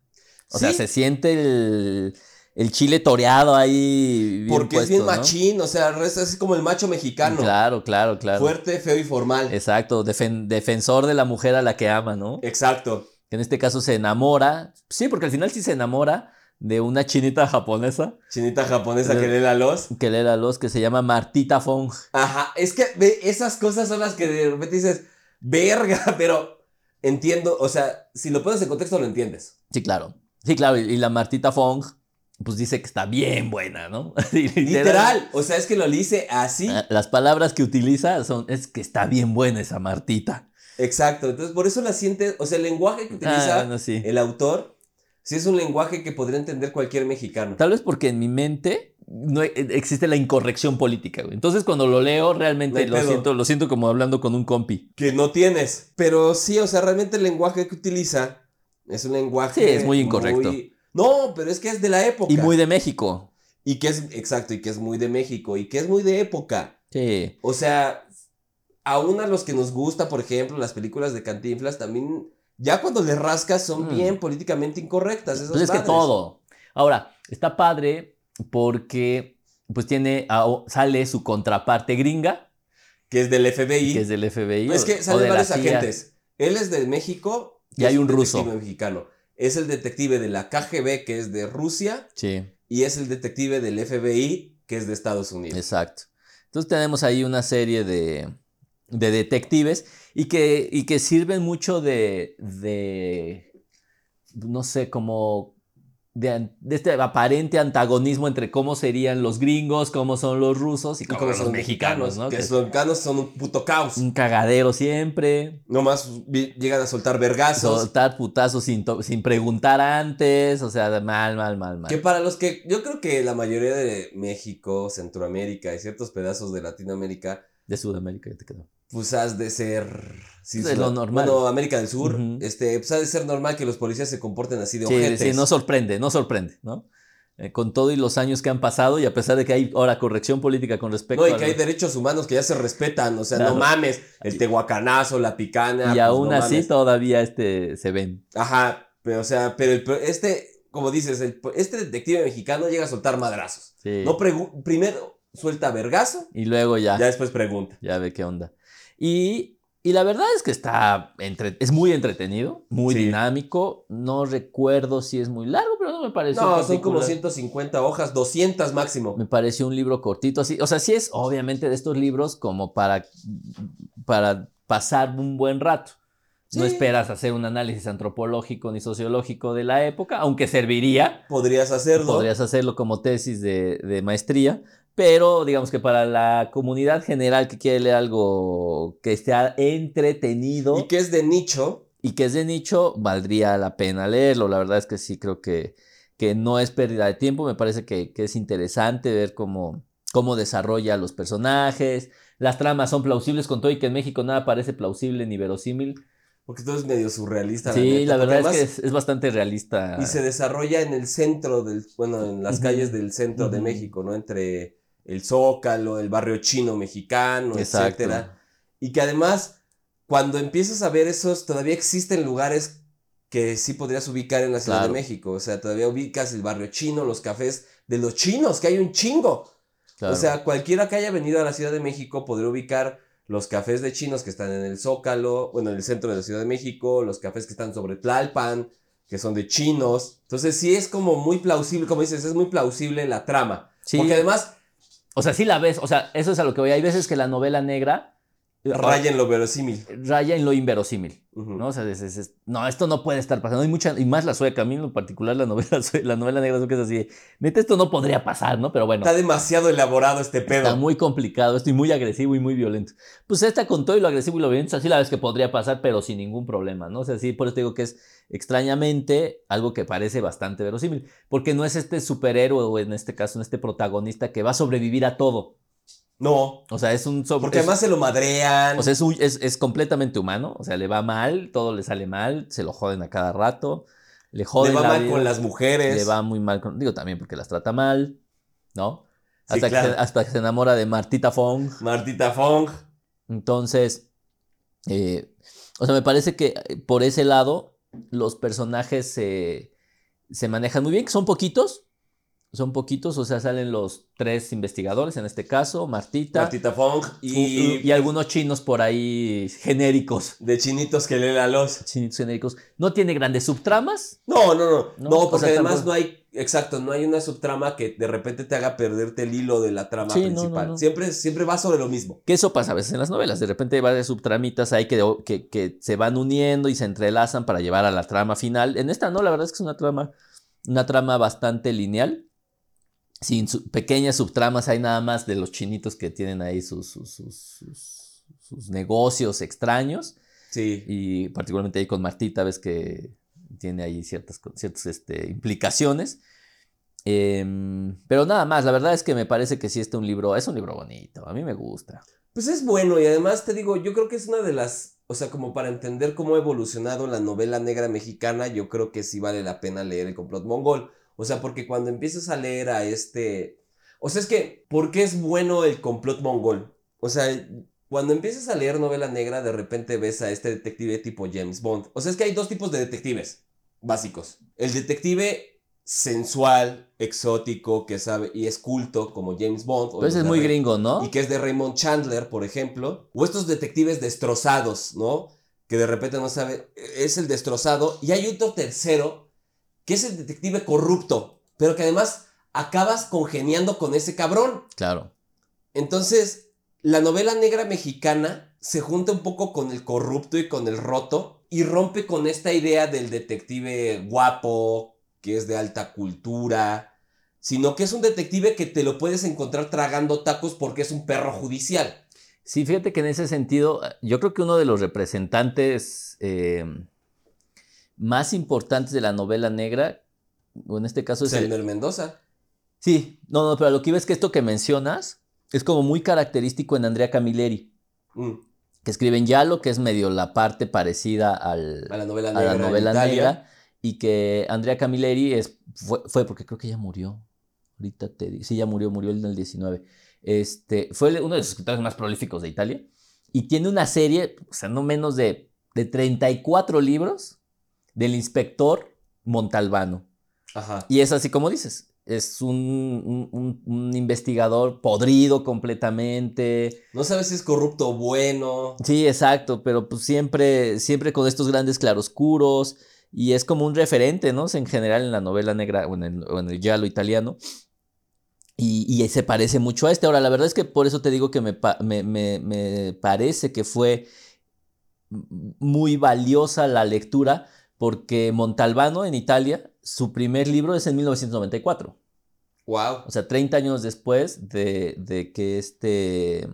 [SPEAKER 1] O sea,
[SPEAKER 2] Sí.
[SPEAKER 1] se siente el, el chile toreado ahí. bien
[SPEAKER 2] porque es bien
[SPEAKER 1] puesto, ¿no?
[SPEAKER 2] machín, o sea, es así como el macho mexicano,
[SPEAKER 1] Claro, claro, claro.
[SPEAKER 2] fuerte, feo y formal.
[SPEAKER 1] Exacto, defen- defensor de la mujer a la que ama, ¿no?
[SPEAKER 2] Exacto.
[SPEAKER 1] que en este caso se enamora, sí, porque al final sí se enamora de una chinita japonesa
[SPEAKER 2] Chinita japonesa que lee la los.
[SPEAKER 1] que le da los que se llama Martita Fong.
[SPEAKER 2] Ajá, es que ve, esas cosas son las que de repente dices, verga, pero entiendo, o sea, si lo pones en contexto lo entiendes.
[SPEAKER 1] Sí, claro. Sí, claro, y, y la Martita Fong pues dice que está bien buena, ¿no? Sí,
[SPEAKER 2] Literal, o sea, es que lo hice así.
[SPEAKER 1] Ah, Las palabras que utiliza son es que está bien buena esa Martita.
[SPEAKER 2] Exacto, entonces por eso la sientes, o sea, el lenguaje que
[SPEAKER 1] Ah,
[SPEAKER 2] utiliza
[SPEAKER 1] bueno, sí.
[SPEAKER 2] el autor, sí es un lenguaje que podría entender cualquier mexicano.
[SPEAKER 1] Tal vez porque en mi mente no e- existe la incorrección política, güey. Entonces cuando lo leo
[SPEAKER 2] No
[SPEAKER 1] realmente
[SPEAKER 2] hay
[SPEAKER 1] lo
[SPEAKER 2] pedo.
[SPEAKER 1] siento, lo siento como hablando con un compi.
[SPEAKER 2] Que no tienes. Pero sí, o sea, realmente el lenguaje que utiliza es un lenguaje.
[SPEAKER 1] Sí, es muy incorrecto.
[SPEAKER 2] No, pero es que es de la época.
[SPEAKER 1] Y muy de México.
[SPEAKER 2] Y que es, exacto, y que es muy de México, y que es muy de época.
[SPEAKER 1] Sí.
[SPEAKER 2] O sea, aún a los que nos gusta, por ejemplo, las películas de Cantinflas, también, ya cuando le rascas son
[SPEAKER 1] Mm.
[SPEAKER 2] bien políticamente incorrectas. Esas
[SPEAKER 1] Pues es que
[SPEAKER 2] madres.
[SPEAKER 1] todo. Ahora, está padre porque pues tiene, a- o- sale su contraparte gringa,
[SPEAKER 2] Que es del FBI.
[SPEAKER 1] que es del FBI.
[SPEAKER 2] es
[SPEAKER 1] o-
[SPEAKER 2] que
[SPEAKER 1] o
[SPEAKER 2] salen
[SPEAKER 1] de la
[SPEAKER 2] varios
[SPEAKER 1] CIA.
[SPEAKER 2] agentes. Él es de México.
[SPEAKER 1] Y
[SPEAKER 2] es
[SPEAKER 1] hay un ruso.
[SPEAKER 2] detective mexicano. Es el detective de la KGB, que es de Rusia,
[SPEAKER 1] Sí,
[SPEAKER 2] y es el detective del FBI, que es de Estados Unidos.
[SPEAKER 1] exacto. Entonces tenemos ahí una serie de, de detectives y que, y que sirven mucho de, de, no sé, como de, an- de este aparente antagonismo entre cómo serían los gringos, cómo son los rusos y
[SPEAKER 2] Y
[SPEAKER 1] cómo,
[SPEAKER 2] como
[SPEAKER 1] son los mexicanos, ¿no?
[SPEAKER 2] Que
[SPEAKER 1] Que Mm.
[SPEAKER 2] los mexicanos son un puto caos.
[SPEAKER 1] es un cagadero siempre.
[SPEAKER 2] Nomás vi- llegan a soltar vergazos.
[SPEAKER 1] soltar putazos sin, to- sin preguntar antes, o sea, mal, mal, mal, mal.
[SPEAKER 2] Que para los que yo creo que la mayoría de México, Centroamérica y ciertos pedazos de Latinoamérica,
[SPEAKER 1] De Sudamérica ya te quedó.
[SPEAKER 2] pues has de ser... sí,
[SPEAKER 1] De
[SPEAKER 2] sí,
[SPEAKER 1] lo normal.
[SPEAKER 2] Bueno, América del Sur,
[SPEAKER 1] Ujú.
[SPEAKER 2] este, pues ha de ser normal que los policías se comporten así de
[SPEAKER 1] Sí,
[SPEAKER 2] ojetes.
[SPEAKER 1] sí, no sorprende, no sorprende, ¿no? eh, con todo y los años que han pasado y a pesar de que hay ahora corrección política con respecto
[SPEAKER 2] No, y
[SPEAKER 1] a
[SPEAKER 2] que hay derechos humanos que ya se respetan, o sea,
[SPEAKER 1] Claro.
[SPEAKER 2] no mames, el tehuacanazo, la
[SPEAKER 1] y
[SPEAKER 2] picana. pues,
[SPEAKER 1] aún
[SPEAKER 2] no
[SPEAKER 1] así
[SPEAKER 2] mames.
[SPEAKER 1] todavía este, se ven.
[SPEAKER 2] Ajá, pero o sea, pero, el- pero este, como dices, el- este detective mexicano llega a soltar madrazos.
[SPEAKER 1] Sí. Ah.
[SPEAKER 2] No pregu- primero suelta vergazo,
[SPEAKER 1] y luego ya,
[SPEAKER 2] ya
[SPEAKER 1] ya,
[SPEAKER 2] después pregunta.
[SPEAKER 1] ve qué onda. Y, y la verdad es que está entre, es muy entretenido, muy
[SPEAKER 2] Sí.
[SPEAKER 1] dinámico. No recuerdo si es muy largo, pero no me pareció.
[SPEAKER 2] No, son como
[SPEAKER 1] particular-
[SPEAKER 2] 150 hojas, 200 máximo.
[SPEAKER 1] Me pareció un libro cortito así. O sea, sí es obviamente de estos libros como para, para pasar un buen rato. No
[SPEAKER 2] Sí.
[SPEAKER 1] esperas hacer un análisis antropológico ni sociológico de la época, aunque serviría.
[SPEAKER 2] Podrías hacerlo.
[SPEAKER 1] Podrías hacerlo como tesis de, de maestría, pero digamos que para la comunidad general que quiere leer algo que sea entretenido
[SPEAKER 2] Y que es de nicho.
[SPEAKER 1] y que es de nicho, valdría la pena leerlo. La verdad es que sí creo que, que no es pérdida de tiempo. Me parece que, que es interesante ver cómo, cómo desarrolla a los personajes. Las tramas son plausibles con todo y que en México nada parece plausible ni verosímil.
[SPEAKER 2] Porque todo es medio surrealista.
[SPEAKER 1] sí,
[SPEAKER 2] neta,
[SPEAKER 1] la
[SPEAKER 2] porque
[SPEAKER 1] verdad es que
[SPEAKER 2] además-
[SPEAKER 1] es, es bastante realista.
[SPEAKER 2] Y se desarrolla en el centro del, bueno, en las
[SPEAKER 1] Ujú.
[SPEAKER 2] calles del centro de
[SPEAKER 1] Ujú.
[SPEAKER 2] México, ¿no? Entre el Zócalo, el barrio chino mexicano,
[SPEAKER 1] Exacto.
[SPEAKER 2] etcétera. Y que además, cuando empiezas a ver esos, todavía existen lugares que sí podrías ubicar en la Ciudad
[SPEAKER 1] Claro.
[SPEAKER 2] de México. O sea, todavía ubicas el barrio chino, los cafés de los chinos, que hay un chingo.
[SPEAKER 1] Claro.
[SPEAKER 2] O sea, cualquiera que haya venido a la Ciudad de México podría ubicar los cafés de chinos que están en el Zócalo, bueno, en el centro de la Ciudad de México, los cafés que están sobre Tlalpan, que son de chinos. Entonces sí es como muy plausible, como dices, es muy plausible la trama.
[SPEAKER 1] Sí.
[SPEAKER 2] Porque además
[SPEAKER 1] o sea, sí la ves. O sea, eso es a lo que voy. Hay veces que la novela negra
[SPEAKER 2] raya en lo verosímil.
[SPEAKER 1] raya en lo inverosímil.
[SPEAKER 2] Ujú.
[SPEAKER 1] ¿no? O sea, es- es- es- no, esto no puede estar pasando. Hay mucha, y más la sueca, a mí en lo particular la novela, sue- la novela negra sueca es así, de, neta, esto no podría pasar, ¿no? Pero bueno,
[SPEAKER 2] Está demasiado elaborado este pedo.
[SPEAKER 1] está muy complicado esto y muy agresivo y muy violento. Pues esta con todo y lo agresivo y lo violento, así la vez que podría pasar, pero sin ningún problema, ¿no? O sea, sí, por eso te digo que es extrañamente algo que parece bastante verosímil, porque no es este superhéroe o en este caso, en este protagonista que va a sobrevivir a todo.
[SPEAKER 2] No,
[SPEAKER 1] O sea, es un sobre-
[SPEAKER 2] Porque
[SPEAKER 1] es-
[SPEAKER 2] además se lo madrean.
[SPEAKER 1] O sea, es, un- es- es completamente humano, o sea, le va mal, todo le sale mal, se lo joden a cada rato, le
[SPEAKER 2] le
[SPEAKER 1] joden
[SPEAKER 2] va
[SPEAKER 1] la
[SPEAKER 2] mal
[SPEAKER 1] vida,
[SPEAKER 2] con las mujeres.
[SPEAKER 1] le va muy mal, con- digo también porque las trata mal, ¿no?
[SPEAKER 2] Sí,
[SPEAKER 1] Hasta, que, se,
[SPEAKER 2] claro.
[SPEAKER 1] hasta que se enamora de Martita Fong.
[SPEAKER 2] Martita Fong.
[SPEAKER 1] Entonces, eh, o sea, me parece que eh, por ese lado los personajes se, se manejan muy bien, que son poquitos, son poquitos, o sea, salen los tres investigadores, en este caso, Martita.
[SPEAKER 2] Martita Fong.
[SPEAKER 1] y-
[SPEAKER 2] Y,
[SPEAKER 1] y algunos chinos por ahí genéricos.
[SPEAKER 2] de chinitos que lee la luz.
[SPEAKER 1] Sin genéricos. No tiene grandes subtramas.
[SPEAKER 2] No, no, no.
[SPEAKER 1] No,
[SPEAKER 2] No,
[SPEAKER 1] o
[SPEAKER 2] porque
[SPEAKER 1] sea,
[SPEAKER 2] además
[SPEAKER 1] tampoco-
[SPEAKER 2] no hay. Exacto, no hay una subtrama que de repente te haga perderte el hilo de la trama
[SPEAKER 1] Sí, no, no,
[SPEAKER 2] principal.
[SPEAKER 1] no.
[SPEAKER 2] Siempre, siempre va sobre lo mismo.
[SPEAKER 1] Que eso pasa a veces en las novelas. De repente hay varias subtramitas ahí que, que, que se van uniendo y se entrelazan para llevar a la trama final. En esta no, la verdad es que es una trama, una trama bastante lineal. Sin su- pequeñas subtramas, hay nada más de los chinitos que tienen ahí sus, sus, sus, sus- sus negocios extraños.
[SPEAKER 2] Sí.
[SPEAKER 1] Y particularmente ahí con Martita, ves que tiene ahí ciertas, co- ciertas este, implicaciones. Em, pero nada más, la verdad es que me parece que sí este un libro, es un libro bonito, a mí me gusta.
[SPEAKER 2] Pues es bueno y además te digo, yo creo que es una de las. O sea, como para entender cómo ha evolucionado la novela negra mexicana, yo creo que sí vale la pena leer el complot mongol. O sea, porque cuando empiezas a leer a este. O sea, es que, ¿por qué es bueno el complot mongol? O sea, cuando empiezas a leer novela negra, de repente ves a este detective tipo James Bond. O sea, es que hay dos tipos de detectives básicos. El detective sensual, exótico, que sabe y es culto, como James Bond. o
[SPEAKER 1] Entonces
[SPEAKER 2] los
[SPEAKER 1] es
[SPEAKER 2] de
[SPEAKER 1] muy
[SPEAKER 2] Ray-
[SPEAKER 1] gringo, ¿no?
[SPEAKER 2] y que es de Raymond Chandler, por ejemplo, o estos detectives destrozados, ¿no? Que de repente no sabe, es el destrozado, y hay otro tercero, que es el detective corrupto, pero que además acabas congeniando con ese cabrón.
[SPEAKER 1] Claro,
[SPEAKER 2] Entonces, la novela negra mexicana se junta un poco con el corrupto y con el roto y rompe con esta idea del detective guapo, que es de alta cultura, sino que es un detective que te lo puedes encontrar tragando tacos porque es un perro judicial.
[SPEAKER 1] Sí, fíjate que en ese sentido, eh, yo creo que uno de los representantes eh, más importantes de la novela negra, o en este caso es el,
[SPEAKER 2] Selmer Mendoza.
[SPEAKER 1] Sí, no, no, pero lo que iba es que esto que mencionas es como muy característico en Andrea Camilleri,
[SPEAKER 2] Mm,
[SPEAKER 1] que escribe en Yalo, que es medio la parte parecida al,
[SPEAKER 2] a la novela
[SPEAKER 1] a
[SPEAKER 2] negra.
[SPEAKER 1] la
[SPEAKER 2] en
[SPEAKER 1] novela
[SPEAKER 2] Italia.
[SPEAKER 1] negra y que Andrea Camilleri es, fue, fue porque creo que ella murió. Ahorita te digo. Sí, ya murió, murió en el 19. Este, fue uno de los escritores más prolíficos de Italia. Y tiene una serie, o sea, no menos de, de 34 libros del inspector Montalbano.
[SPEAKER 2] Ajá.
[SPEAKER 1] Y es así como dices. Es un, un- un- un investigador podrido completamente.
[SPEAKER 2] No sabes si es corrupto o bueno.
[SPEAKER 1] Sí, exacto, pero pues siempre, siempre con estos grandes claroscuros. Y es como un referente, ¿no? En general en la novela negra o en el, o en el giallo italiano. Y, y se parece mucho a este. Ahora, la verdad es que por eso te digo que me, pa- me- me- me parece que fue muy valiosa la lectura, porque Montalbano en Italia, su primer libro es en 1994.
[SPEAKER 2] Wow.
[SPEAKER 1] O sea, 30 años después de, de que este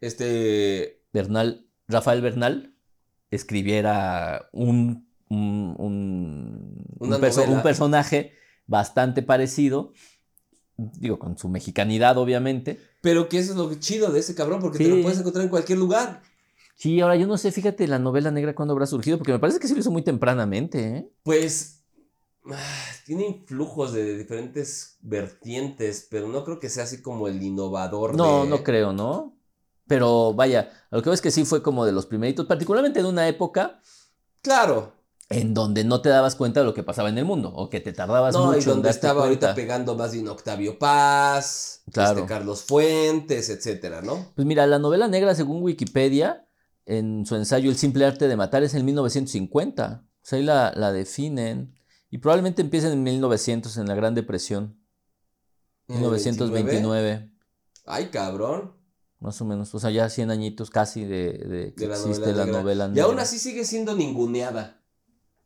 [SPEAKER 2] Este.
[SPEAKER 1] Bernal, Rafael Bernal, escribiera un, un, un,
[SPEAKER 2] Una
[SPEAKER 1] un perso-
[SPEAKER 2] novela.
[SPEAKER 1] un personaje bastante parecido, digo, con su mexicanidad, obviamente.
[SPEAKER 2] Pero que eso es lo chido de ese cabrón, porque te
[SPEAKER 1] Sí.
[SPEAKER 2] lo puedes encontrar en cualquier lugar.
[SPEAKER 1] Sí, ahora yo no sé, fíjate, la novela negra cuándo habrá surgido, porque me parece que sí lo hizo muy tempranamente, ¿eh?
[SPEAKER 2] Pues. ah, Tiene flujos de diferentes vertientes, pero no creo que sea así como el innovador.
[SPEAKER 1] No,
[SPEAKER 2] de-
[SPEAKER 1] no creo, ¿no? Pero vaya, lo que veo es que sí fue como de los primeritos, particularmente en una época
[SPEAKER 2] Claro.
[SPEAKER 1] en donde no te dabas cuenta de lo que pasaba en el mundo, o que te tardabas
[SPEAKER 2] No,
[SPEAKER 1] mucho
[SPEAKER 2] y
[SPEAKER 1] en
[SPEAKER 2] donde
[SPEAKER 1] darte
[SPEAKER 2] estaba ahorita
[SPEAKER 1] cuenta.
[SPEAKER 2] pegando más bien Octavio Paz,
[SPEAKER 1] Claro.
[SPEAKER 2] este Carlos Fuentes, etcétera, ¿no?
[SPEAKER 1] Pues mira, la novela negra, según Wikipedia, en su ensayo El simple arte de matar, es en 1950. O sea, Pues ahí la, la definen. Y probablemente empiecen en 1900, en la Gran Depresión.
[SPEAKER 2] En el 29.
[SPEAKER 1] 1929,
[SPEAKER 2] Ay, cabrón.
[SPEAKER 1] más o menos. O sea, ya 100 añitos casi de, de que
[SPEAKER 2] De la
[SPEAKER 1] existe
[SPEAKER 2] novela
[SPEAKER 1] la
[SPEAKER 2] negra.
[SPEAKER 1] novela
[SPEAKER 2] Y
[SPEAKER 1] negra.
[SPEAKER 2] aún así sigue siendo ninguneada.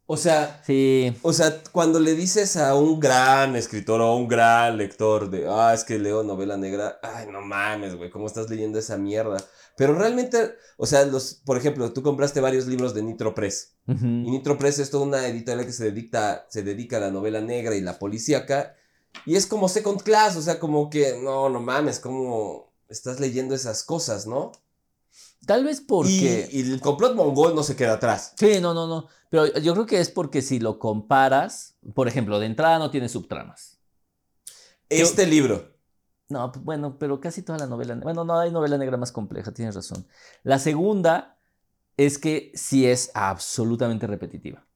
[SPEAKER 2] O sea,
[SPEAKER 1] Sí,
[SPEAKER 2] o sea, cuando le dices a un gran escritor o a un gran lector de, ah, es que leo novela negra, ay, no mames, güey, ¿cómo estás leyendo esa mierda? Pero realmente, o sea, los, por ejemplo, tú compraste varios libros de Nitro Press.
[SPEAKER 1] ujú.
[SPEAKER 2] Y Nitro Press es toda una editorial que se dedica, se dedica a la novela negra y la policíaca. Y es como second class, o sea, como que, no, no mames, como estás leyendo esas cosas, ¿no?
[SPEAKER 1] tal vez porque...
[SPEAKER 2] Y, y el complot mongol no se queda atrás.
[SPEAKER 1] Sí, no, no, no. Pero yo creo que es porque si lo comparas, por ejemplo, de entrada no tiene subtramas. Yo-
[SPEAKER 2] Este libro.
[SPEAKER 1] No, p- bueno, pero casi toda la novela. ne- Bueno, no hay novela negra más compleja, tienes razón. La segunda es que sí es absolutamente repetitiva.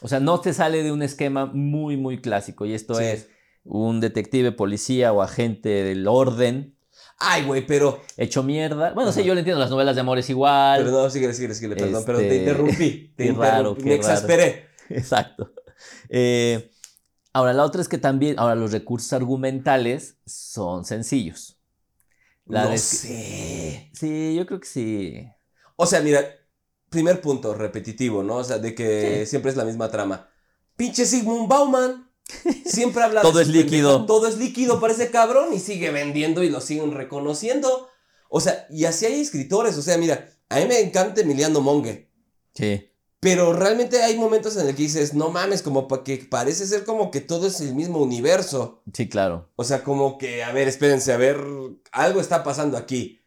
[SPEAKER 1] O sea, no te sale de un esquema muy, muy clásico. Y esto
[SPEAKER 2] Sí.
[SPEAKER 1] es un detective, policía o agente del orden
[SPEAKER 2] Ay, güey, pero.
[SPEAKER 1] hecho mierda. Bueno, sí,
[SPEAKER 2] Ajá.
[SPEAKER 1] yo lo entiendo, las novelas de amor es igual.
[SPEAKER 2] Pero no, sigue, sigue, sigue, perdón, pero te
[SPEAKER 1] Este,
[SPEAKER 2] interrumpí. Te
[SPEAKER 1] qué raro,
[SPEAKER 2] interrumpí,
[SPEAKER 1] qué
[SPEAKER 2] me
[SPEAKER 1] raro.
[SPEAKER 2] exasperé.
[SPEAKER 1] Exacto. Eh, ahora, la otra es que también, ahora los recursos argumentales son sencillos. La
[SPEAKER 2] no
[SPEAKER 1] des-
[SPEAKER 2] sé.
[SPEAKER 1] Sí, yo creo que sí.
[SPEAKER 2] O sea, mira, primer punto, repetitivo, ¿no? O sea, de que
[SPEAKER 1] Sí.
[SPEAKER 2] siempre es la misma trama. Pinche Sigmund Bauman. Siempre habla
[SPEAKER 1] Todo es
[SPEAKER 2] su
[SPEAKER 1] líquido.
[SPEAKER 2] pendeja, Todo es líquido para ese cabrón y sigue vendiendo y lo siguen reconociendo. O sea, y así hay escritores. O sea, mira, a mí me encanta Emiliano Monge.
[SPEAKER 1] Sí.
[SPEAKER 2] Pero realmente hay momentos en el que dices, no mames, como pa- que parece ser como que todo es el mismo universo.
[SPEAKER 1] Sí, claro.
[SPEAKER 2] O sea, como que, a ver, espérense, a ver, algo está pasando aquí.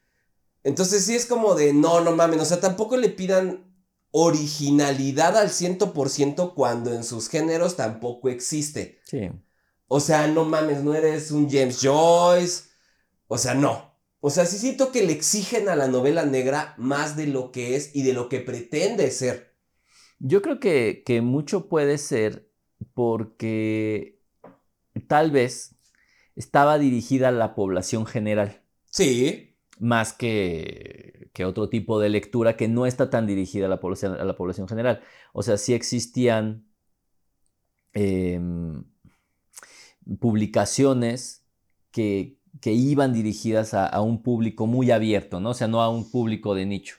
[SPEAKER 2] Entonces sí es como de, no, no mames, o sea, tampoco le pidan originalidad al 100% cuando en sus géneros tampoco existe.
[SPEAKER 1] Sí.
[SPEAKER 2] O sea, no mames, no eres un James Joyce. O sea, no. O sea, sí siento que le exigen a la novela negra más de lo que es y de lo que pretende ser.
[SPEAKER 1] Yo creo que, que mucho puede ser porque tal vez estaba dirigida a la población general,
[SPEAKER 2] Sí.
[SPEAKER 1] más que, que otro tipo de lectura que no está tan dirigida a la población, a la población general. O sea, sí existían em, publicaciones que, que iban dirigidas a, a un público muy abierto, ¿no? O sea, no a un público de nicho.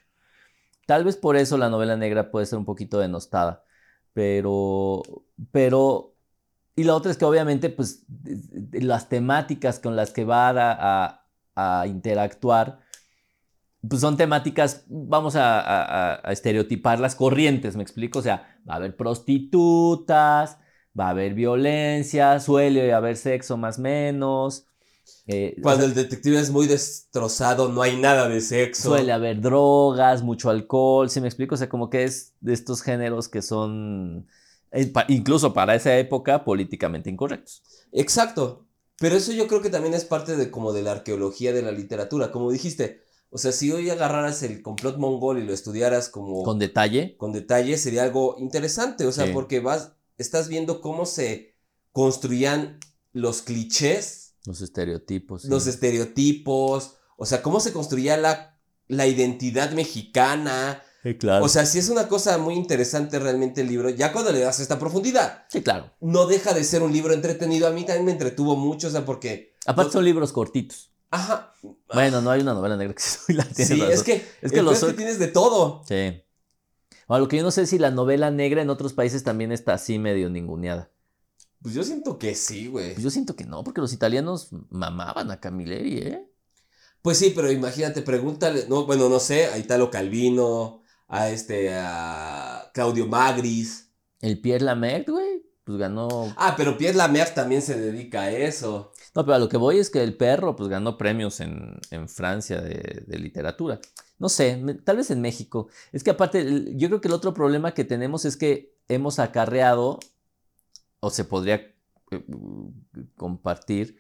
[SPEAKER 1] Tal vez por eso la novela negra puede ser un poquito denostada, pero, pero, y la otra es que obviamente, pues, de- de- las temáticas con las que va a, a- a interactuar, pues son temáticas, vamos a, a- a- a estereotipar las corrientes, ¿me explico? O sea, va a haber prostitutas, va a haber violencia, suele haber sexo más o menos. eh, o
[SPEAKER 2] Cuando el detective es muy destrozado, no hay nada de sexo.
[SPEAKER 1] Suele haber drogas, mucho alcohol, si me explico? O sea, como que es de estos géneros que son, eh, pa- incluso para esa época, políticamente incorrectos.
[SPEAKER 2] Exacto. Pero eso yo creo que también es parte de como de la arqueología de la literatura, como dijiste. O sea, si hoy agarraras el complot mongol y lo estudiaras como
[SPEAKER 1] Con detalle.
[SPEAKER 2] con detalle sería algo interesante, o sea,
[SPEAKER 1] Sí.
[SPEAKER 2] porque vas, estás viendo cómo se construían los clichés,
[SPEAKER 1] Los estereotipos. sí.
[SPEAKER 2] los estereotipos, o sea, cómo se construía la, la identidad mexicana.
[SPEAKER 1] Sí, claro.
[SPEAKER 2] O sea, sí es una cosa muy interesante realmente el libro, ya cuando le das esta profundidad.
[SPEAKER 1] sí, claro.
[SPEAKER 2] No deja de ser un libro entretenido, a mí también me entretuvo mucho, o sea, porque...
[SPEAKER 1] Aparte son libros cortitos.
[SPEAKER 2] Ajá,
[SPEAKER 1] Bueno, no hay una novela negra que sea la tienes
[SPEAKER 2] Ah. sí,
[SPEAKER 1] razón.
[SPEAKER 2] es que,
[SPEAKER 1] Es
[SPEAKER 2] el
[SPEAKER 1] que
[SPEAKER 2] peor
[SPEAKER 1] los
[SPEAKER 2] es que
[SPEAKER 1] or-
[SPEAKER 2] tienes de todo.
[SPEAKER 1] Sí. Ahora, lo que yo no sé es si la novela negra en otros países también está así medio ninguneada.
[SPEAKER 2] Pues yo siento que sí, güey.
[SPEAKER 1] Pues yo siento que no, porque los italianos mamaban a Camilleri, ¿eh?
[SPEAKER 2] Pues sí, pero imagínate, pregúntale, no, bueno, no sé, a Italo Calvino, a este, a Claudio Magris.
[SPEAKER 1] El Pierre Lamert, güey, pues ganó.
[SPEAKER 2] Ah, pero Pierre Lamert también se dedica a eso.
[SPEAKER 1] No, pero a lo que voy es que el perro, pues ganó premios en, en Francia de, de literatura. No sé, me- tal vez en México. Es que aparte, el- yo creo que el otro problema que tenemos es que hemos acarreado, o se podría eh, compartir,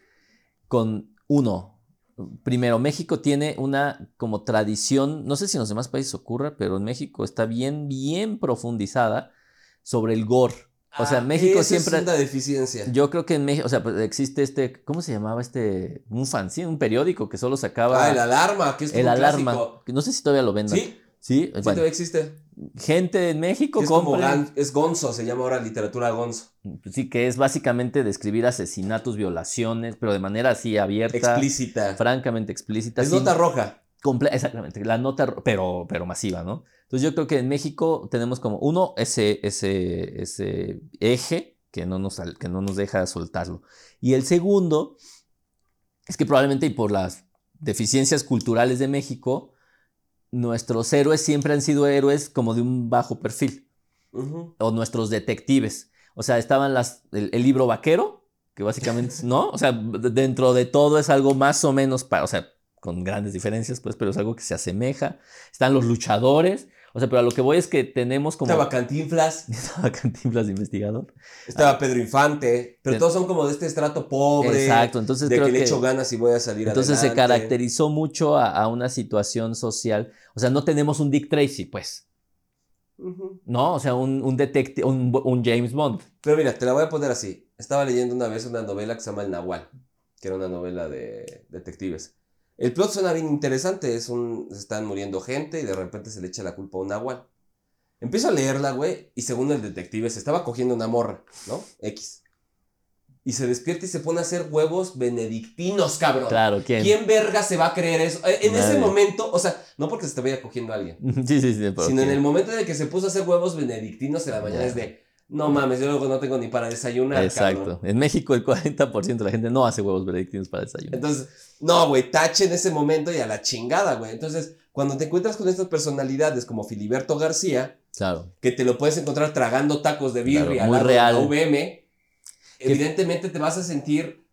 [SPEAKER 1] con uno. Primero, México tiene una como tradición, no sé si en los demás países ocurra, pero en México está bien, bien profundizada sobre el gore. O sea,
[SPEAKER 2] Ah,
[SPEAKER 1] México
[SPEAKER 2] esa
[SPEAKER 1] siempre...
[SPEAKER 2] Es una deficiencia.
[SPEAKER 1] Yo creo que en México, o sea, pues existe este, ¿cómo se llamaba este? Un fanzine, un periódico que solo sacaba
[SPEAKER 2] ah, el
[SPEAKER 1] el,
[SPEAKER 2] alarma, que es un
[SPEAKER 1] alarma.
[SPEAKER 2] clásico.
[SPEAKER 1] Que no sé si todavía lo vendan.
[SPEAKER 2] Sí, sí
[SPEAKER 1] Sí, bueno,
[SPEAKER 2] todavía existe.
[SPEAKER 1] gente en México
[SPEAKER 2] Es como
[SPEAKER 1] compra.
[SPEAKER 2] gan- es Gonzo, se llama ahora literatura Gonzo.
[SPEAKER 1] Sí, que es básicamente describir asesinatos, violaciones, pero de manera así abierta,
[SPEAKER 2] Explícita.
[SPEAKER 1] francamente explícita.
[SPEAKER 2] Es
[SPEAKER 1] sin-
[SPEAKER 2] nota roja.
[SPEAKER 1] comple- exactamente, la nota, ro- pero, pero masiva, ¿no? Entonces yo creo que en México tenemos como, uno, ese, ese, ese eje que no, nos, al- que no nos deja soltarlo. Y el segundo es que probablemente y por las deficiencias culturales de México, nuestros héroes siempre han sido héroes como de un bajo perfil,
[SPEAKER 2] Ujú.
[SPEAKER 1] o nuestros detectives. O sea, estaban las, el, el libro vaquero, que básicamente, es- ¿no? O sea, d- dentro de todo es algo más o menos, pa- o sea, con grandes diferencias, pues, pero es algo que se asemeja. Están los luchadores. O sea, pero a lo que voy es que tenemos como...
[SPEAKER 2] Estaba Cantinflas,
[SPEAKER 1] Estaba Cantinflas de investigador.
[SPEAKER 2] estaba
[SPEAKER 1] Ah.
[SPEAKER 2] Pedro Infante, pero
[SPEAKER 1] De-
[SPEAKER 2] todos son como de este estrato pobre.
[SPEAKER 1] Exacto, entonces
[SPEAKER 2] de
[SPEAKER 1] creo
[SPEAKER 2] que le
[SPEAKER 1] que...
[SPEAKER 2] echo ganas y voy a salir
[SPEAKER 1] Entonces se
[SPEAKER 2] adelante.
[SPEAKER 1] caracterizó mucho a, a una situación social. O sea, no tenemos un Dick Tracy, pues.
[SPEAKER 2] Ujú.
[SPEAKER 1] No, o sea, un, un detective, un, un James Bond.
[SPEAKER 2] Pero mira, te la voy a poner así. Estaba leyendo una vez una novela que se llama El Nahual, que era una novela de detectives. El plot suena bien interesante, es un... se están muriendo gente y de repente se le echa la culpa a un Nahual. Empiezo a leerla, güey, y según el detective se estaba cogiendo una morra, ¿no? X. Y se despierta y se pone a hacer huevos benedictinos, cabrón.
[SPEAKER 1] Claro, ¿quién?
[SPEAKER 2] ¿Quién verga se va a creer eso? Eh, En ese
[SPEAKER 1] Nadie.
[SPEAKER 2] momento, o sea, no porque se te vaya cogiendo a alguien.
[SPEAKER 1] Sí, sí, sí. pero
[SPEAKER 2] Sino en
[SPEAKER 1] ¿quién?
[SPEAKER 2] el momento en el que se puso a hacer huevos benedictinos en la mañana
[SPEAKER 1] Ya.
[SPEAKER 2] es de, no mames, yo luego no tengo ni para desayunar.
[SPEAKER 1] Exacto.
[SPEAKER 2] cabrón".
[SPEAKER 1] En México el 40% de la gente no hace huevos benedictinos para desayuno.
[SPEAKER 2] Entonces, no, güey, tache en ese momento y a la chingada, güey. Entonces, cuando te encuentras con estas personalidades como Filiberto García,
[SPEAKER 1] Claro.
[SPEAKER 2] que te lo puedes encontrar tragando tacos de
[SPEAKER 1] Claro,
[SPEAKER 2] birria al
[SPEAKER 1] muy
[SPEAKER 2] lado de
[SPEAKER 1] real.
[SPEAKER 2] la VM, evidentemente te vas a sentir,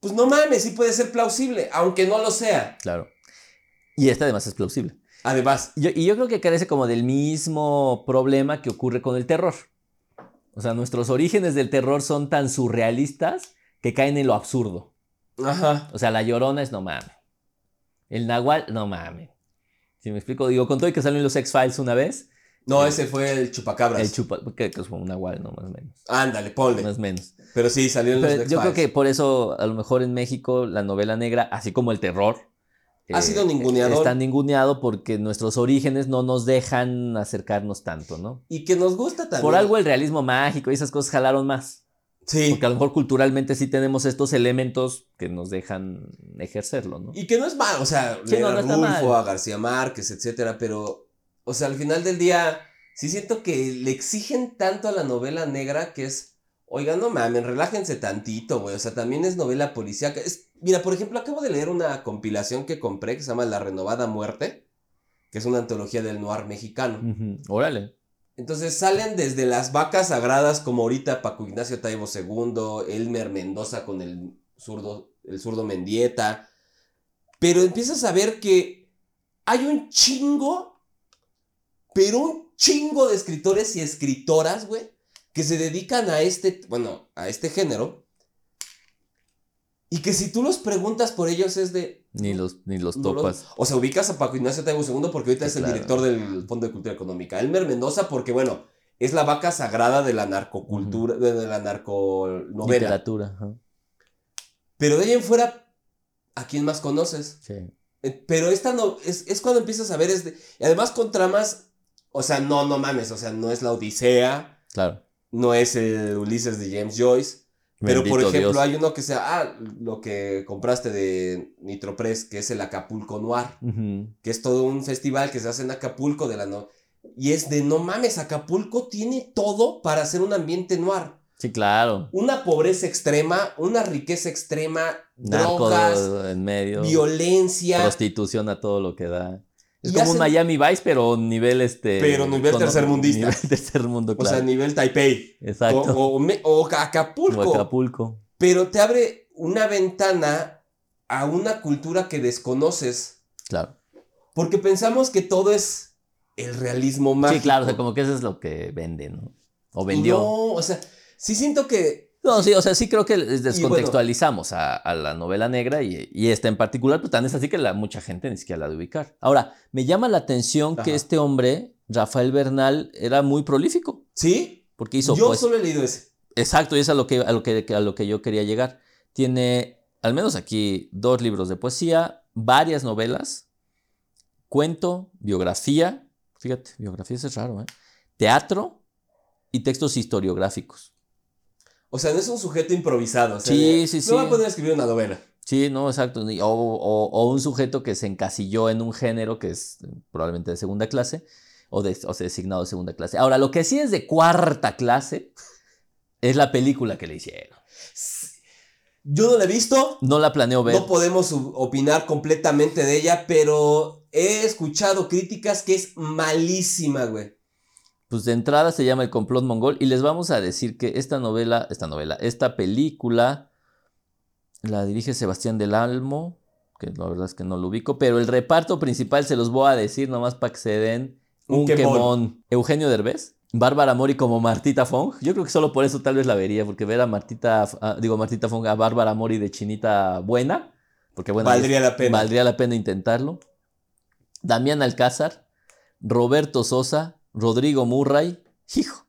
[SPEAKER 2] pues no mames, sí puede ser plausible, aunque no lo sea.
[SPEAKER 1] Claro. Y este además es plausible.
[SPEAKER 2] Además,
[SPEAKER 1] Yo- y yo creo que carece como del mismo problema que ocurre con el terror. O sea, nuestros orígenes del terror son tan surrealistas que caen en lo absurdo.
[SPEAKER 2] ajá.
[SPEAKER 1] O sea, la llorona es no mames. El nahual, no mames. Si me explico, digo, con todo y que salen los X-Files una vez,
[SPEAKER 2] No,
[SPEAKER 1] Sí.
[SPEAKER 2] ese fue el chupacabras.
[SPEAKER 1] el chupa, que que es un nahual, no más o menos.
[SPEAKER 2] Ándale, ponle.
[SPEAKER 1] Más o menos.
[SPEAKER 2] Pero sí, salieron
[SPEAKER 1] Pero
[SPEAKER 2] los
[SPEAKER 1] yo creo
[SPEAKER 2] X-Files.
[SPEAKER 1] que por eso, a lo mejor en México, la novela negra, así como el terror, eh,
[SPEAKER 2] Ha sido ninguneador.
[SPEAKER 1] Está ninguneado porque nuestros orígenes no nos dejan acercarnos tanto, ¿no?
[SPEAKER 2] Y que nos gusta también.
[SPEAKER 1] Por algo el realismo mágico y esas cosas jalaron más.
[SPEAKER 2] Sí.
[SPEAKER 1] Porque a lo mejor culturalmente sí tenemos estos elementos que nos dejan ejercerlo, ¿no?
[SPEAKER 2] Y que no es mal, o sea,
[SPEAKER 1] Sí,
[SPEAKER 2] leer
[SPEAKER 1] no, no
[SPEAKER 2] a
[SPEAKER 1] está
[SPEAKER 2] Rulfo,
[SPEAKER 1] mal.
[SPEAKER 2] a García Márquez, etcétera, pero, o sea, al final del día, sí siento que le exigen tanto a la novela negra que es, oigan, no mamen, relájense tantito, güey, o sea, también es novela policíaca. Es, mira, por ejemplo, acabo de leer una compilación que compré que se llama La Renovada Muerte, que es una antología del noir mexicano.
[SPEAKER 1] Ujú, Órale.
[SPEAKER 2] Entonces salen desde las vacas sagradas como ahorita Paco Ignacio Taibo II, Elmer Mendoza con el zurdo, el zurdo Mendieta. Pero empiezas a ver que hay un chingo, pero un chingo de escritores y escritoras, güey, que se dedican a este, bueno, a este género. Y que si tú los preguntas por ellos es de...
[SPEAKER 1] Ni los, ni los
[SPEAKER 2] no los-
[SPEAKER 1] topas.
[SPEAKER 2] o sea, ubicas a Paco Ignacio Taibo II porque ahorita
[SPEAKER 1] Sí,
[SPEAKER 2] es el
[SPEAKER 1] claro.
[SPEAKER 2] director del Fondo de Cultura Económica. Elmer Mendoza porque, bueno, es la vaca sagrada de la narcocultura, de, de la narconovela.
[SPEAKER 1] Literatura. ajá,
[SPEAKER 2] Pero de ahí en fuera, ¿a quién más conoces?
[SPEAKER 1] sí.
[SPEAKER 2] Eh, Pero esta no, es, es cuando empiezas a ver, es de- y además con tramas, o sea, no, no mames, o sea, no es la Odisea,
[SPEAKER 1] Claro.
[SPEAKER 2] no es el Ulises de James Joyce, pero por
[SPEAKER 1] Bendito
[SPEAKER 2] ejemplo
[SPEAKER 1] Dios.
[SPEAKER 2] hay uno que sea, ah, lo que compraste de Nitropress, que es el Acapulco Noir,
[SPEAKER 1] Ujú.
[SPEAKER 2] que es todo un festival que se hace en Acapulco de la no y es de no mames, Acapulco tiene todo para ser un ambiente noir.
[SPEAKER 1] Sí, claro.
[SPEAKER 2] Una pobreza extrema, una riqueza extrema,
[SPEAKER 1] Narco
[SPEAKER 2] drogas,
[SPEAKER 1] en medio.
[SPEAKER 2] violencia,
[SPEAKER 1] Prostitución a todo lo que da. Es
[SPEAKER 2] Y
[SPEAKER 1] como un
[SPEAKER 2] hacen-
[SPEAKER 1] Miami Vice, pero nivel este.
[SPEAKER 2] Pero nivel
[SPEAKER 1] econo-
[SPEAKER 2] tercermundista.
[SPEAKER 1] Nivel tercer mundo,
[SPEAKER 2] o
[SPEAKER 1] claro.
[SPEAKER 2] sea, a nivel Taipei, o,
[SPEAKER 1] Exacto.
[SPEAKER 2] o me- o Ca- Acapulco,
[SPEAKER 1] O Acapulco.
[SPEAKER 2] pero te abre una ventana a una cultura que desconoces,
[SPEAKER 1] Claro.
[SPEAKER 2] porque pensamos que todo es el realismo mágico.
[SPEAKER 1] Sí, claro. O sea, como que eso es lo que vende, ¿no? O
[SPEAKER 2] Y
[SPEAKER 1] vendió.
[SPEAKER 2] No, o sea, sí siento que
[SPEAKER 1] No, sí, o sea, sí creo que les
[SPEAKER 2] bueno.
[SPEAKER 1] descontextualizamos a, a la novela negra y, y esta en particular, pues tan es así que la, mucha gente ni siquiera la de ubicar. Ahora, me llama la atención que
[SPEAKER 2] Ajá.
[SPEAKER 1] este hombre, Rafael Bernal, era muy prolífico,
[SPEAKER 2] sí,
[SPEAKER 1] porque hizo,
[SPEAKER 2] yo
[SPEAKER 1] pues,
[SPEAKER 2] solo he leído ese.
[SPEAKER 1] exacto, y es a lo, que, a, lo que, a lo que yo quería llegar. Tiene, al menos aquí, dos libros de poesía, varias novelas, cuento, biografía, fíjate, biografías es raro, ¿eh? Teatro y textos historiográficos.
[SPEAKER 2] O sea, no es un sujeto improvisado. o sea,
[SPEAKER 1] Sí,
[SPEAKER 2] de,
[SPEAKER 1] sí,
[SPEAKER 2] "Me
[SPEAKER 1] sí.
[SPEAKER 2] voy a poner a escribir una novela.
[SPEAKER 1] Sí, no, exacto. ni- O, o- o un sujeto que se encasilló en un género que es eh, probablemente de segunda clase o, de, o sea, designado de segunda clase. Ahora, lo que sí es de cuarta clase es la película que le hicieron.
[SPEAKER 2] S- Yo no la he visto,
[SPEAKER 1] No la planeo ver.
[SPEAKER 2] no podemos u- opinar completamente de ella, pero he escuchado críticas que es malísima, güey.
[SPEAKER 1] Pues de entrada se llama El complot mongol y les vamos a decir que esta novela, esta novela, esta película la dirige Sebastián del Almo, que la verdad es que no lo ubico, pero el reparto principal se los voy a decir nomás para que se den
[SPEAKER 2] Un
[SPEAKER 1] un
[SPEAKER 2] quemón.
[SPEAKER 1] quemón. Eugenio Derbez, Bárbara Mori como Martita Fong. Yo creo que solo por eso tal vez la vería, porque ver a Martita, a- digo Martita Fong, a Bárbara Mori de chinita buena, porque bueno, ahí
[SPEAKER 2] Valdría la pena.
[SPEAKER 1] Valdría la pena intentarlo. Damián Alcázar, Roberto Sosa, Rodrigo Murray. Hijo,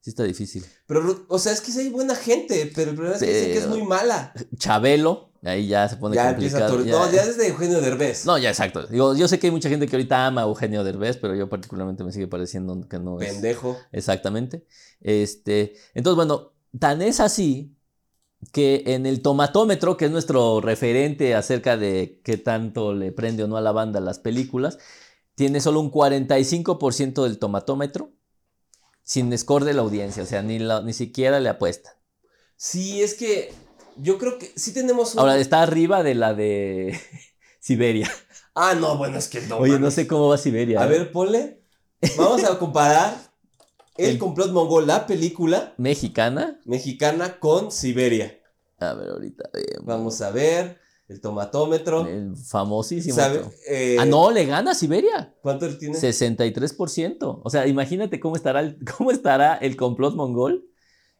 [SPEAKER 1] sí está difícil.
[SPEAKER 2] Pero, o sea, es que sí hay buena gente, pero el problema es que dicen que es
[SPEAKER 1] Pero-
[SPEAKER 2] muy mala.
[SPEAKER 1] Chabelo, ahí ya se pone
[SPEAKER 2] Ya empieza a
[SPEAKER 1] complicado.
[SPEAKER 2] tor- No, ya es de Eugenio Derbez.
[SPEAKER 1] No, ya, exacto. Digo, yo sé que hay mucha gente que ahorita ama a Eugenio Derbez, pero yo particularmente me sigue pareciendo que no es.
[SPEAKER 2] Pendejo.
[SPEAKER 1] Exactamente. Este, entonces, bueno, tan es así que en el tomatómetro, que es nuestro referente acerca de qué tanto le prende o no a la banda las películas, tiene solo un 45% del tomatómetro sin score de la audiencia, o sea, ni, la- ni siquiera le apuesta.
[SPEAKER 2] Sí, es que yo creo que sí tenemos un...
[SPEAKER 1] Ahora está arriba de la de Siberia.
[SPEAKER 2] Ah, no, bueno, es que no.
[SPEAKER 1] Oye, no
[SPEAKER 2] mames.
[SPEAKER 1] sé cómo va Siberia.
[SPEAKER 2] A
[SPEAKER 1] ¿eh?
[SPEAKER 2] ver, ponle. Vamos a comparar el
[SPEAKER 1] El-
[SPEAKER 2] complot mongol, la película
[SPEAKER 1] Mexicana.
[SPEAKER 2] mexicana con Siberia.
[SPEAKER 1] A ver, ahorita. vemos.
[SPEAKER 2] Vamos a ver el tomatómetro.
[SPEAKER 1] El famosísimo.
[SPEAKER 2] ¿Sabe? Eh,
[SPEAKER 1] ah, no, le gana a Siberia.
[SPEAKER 2] ¿Cuánto tiene?
[SPEAKER 1] 63%. O sea, imagínate cómo estará el, cómo estará el complot mongol.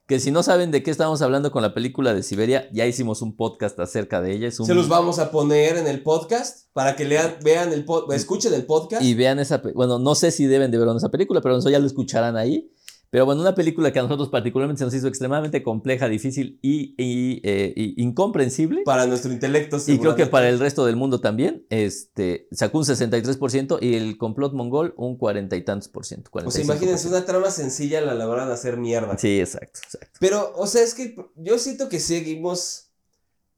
[SPEAKER 1] Que si no saben de qué estamos hablando con la película de Siberia, ya hicimos un podcast acerca de ella. es un-
[SPEAKER 2] Se los vamos a poner en el podcast para que lean, vean el po- escuchen el podcast.
[SPEAKER 1] Y vean esa. pe- Bueno, no sé si deben de ver esa película, pero eso ya lo escucharán ahí. Pero bueno, una película que a nosotros particularmente se nos hizo extremadamente compleja, difícil y, y, eh, y incomprensible.
[SPEAKER 2] para nuestro intelecto.
[SPEAKER 1] Y creo que
[SPEAKER 2] Pues, seguramente.
[SPEAKER 1] para el resto del mundo también, este, sacó un 63% y el complot mongol un cuarenta y tantos por ciento.
[SPEAKER 2] O sea, imagínense, una trama sencilla la lograron hacer mierda.
[SPEAKER 1] Sí, exacto, exacto.
[SPEAKER 2] Pero, o sea, es que yo siento que seguimos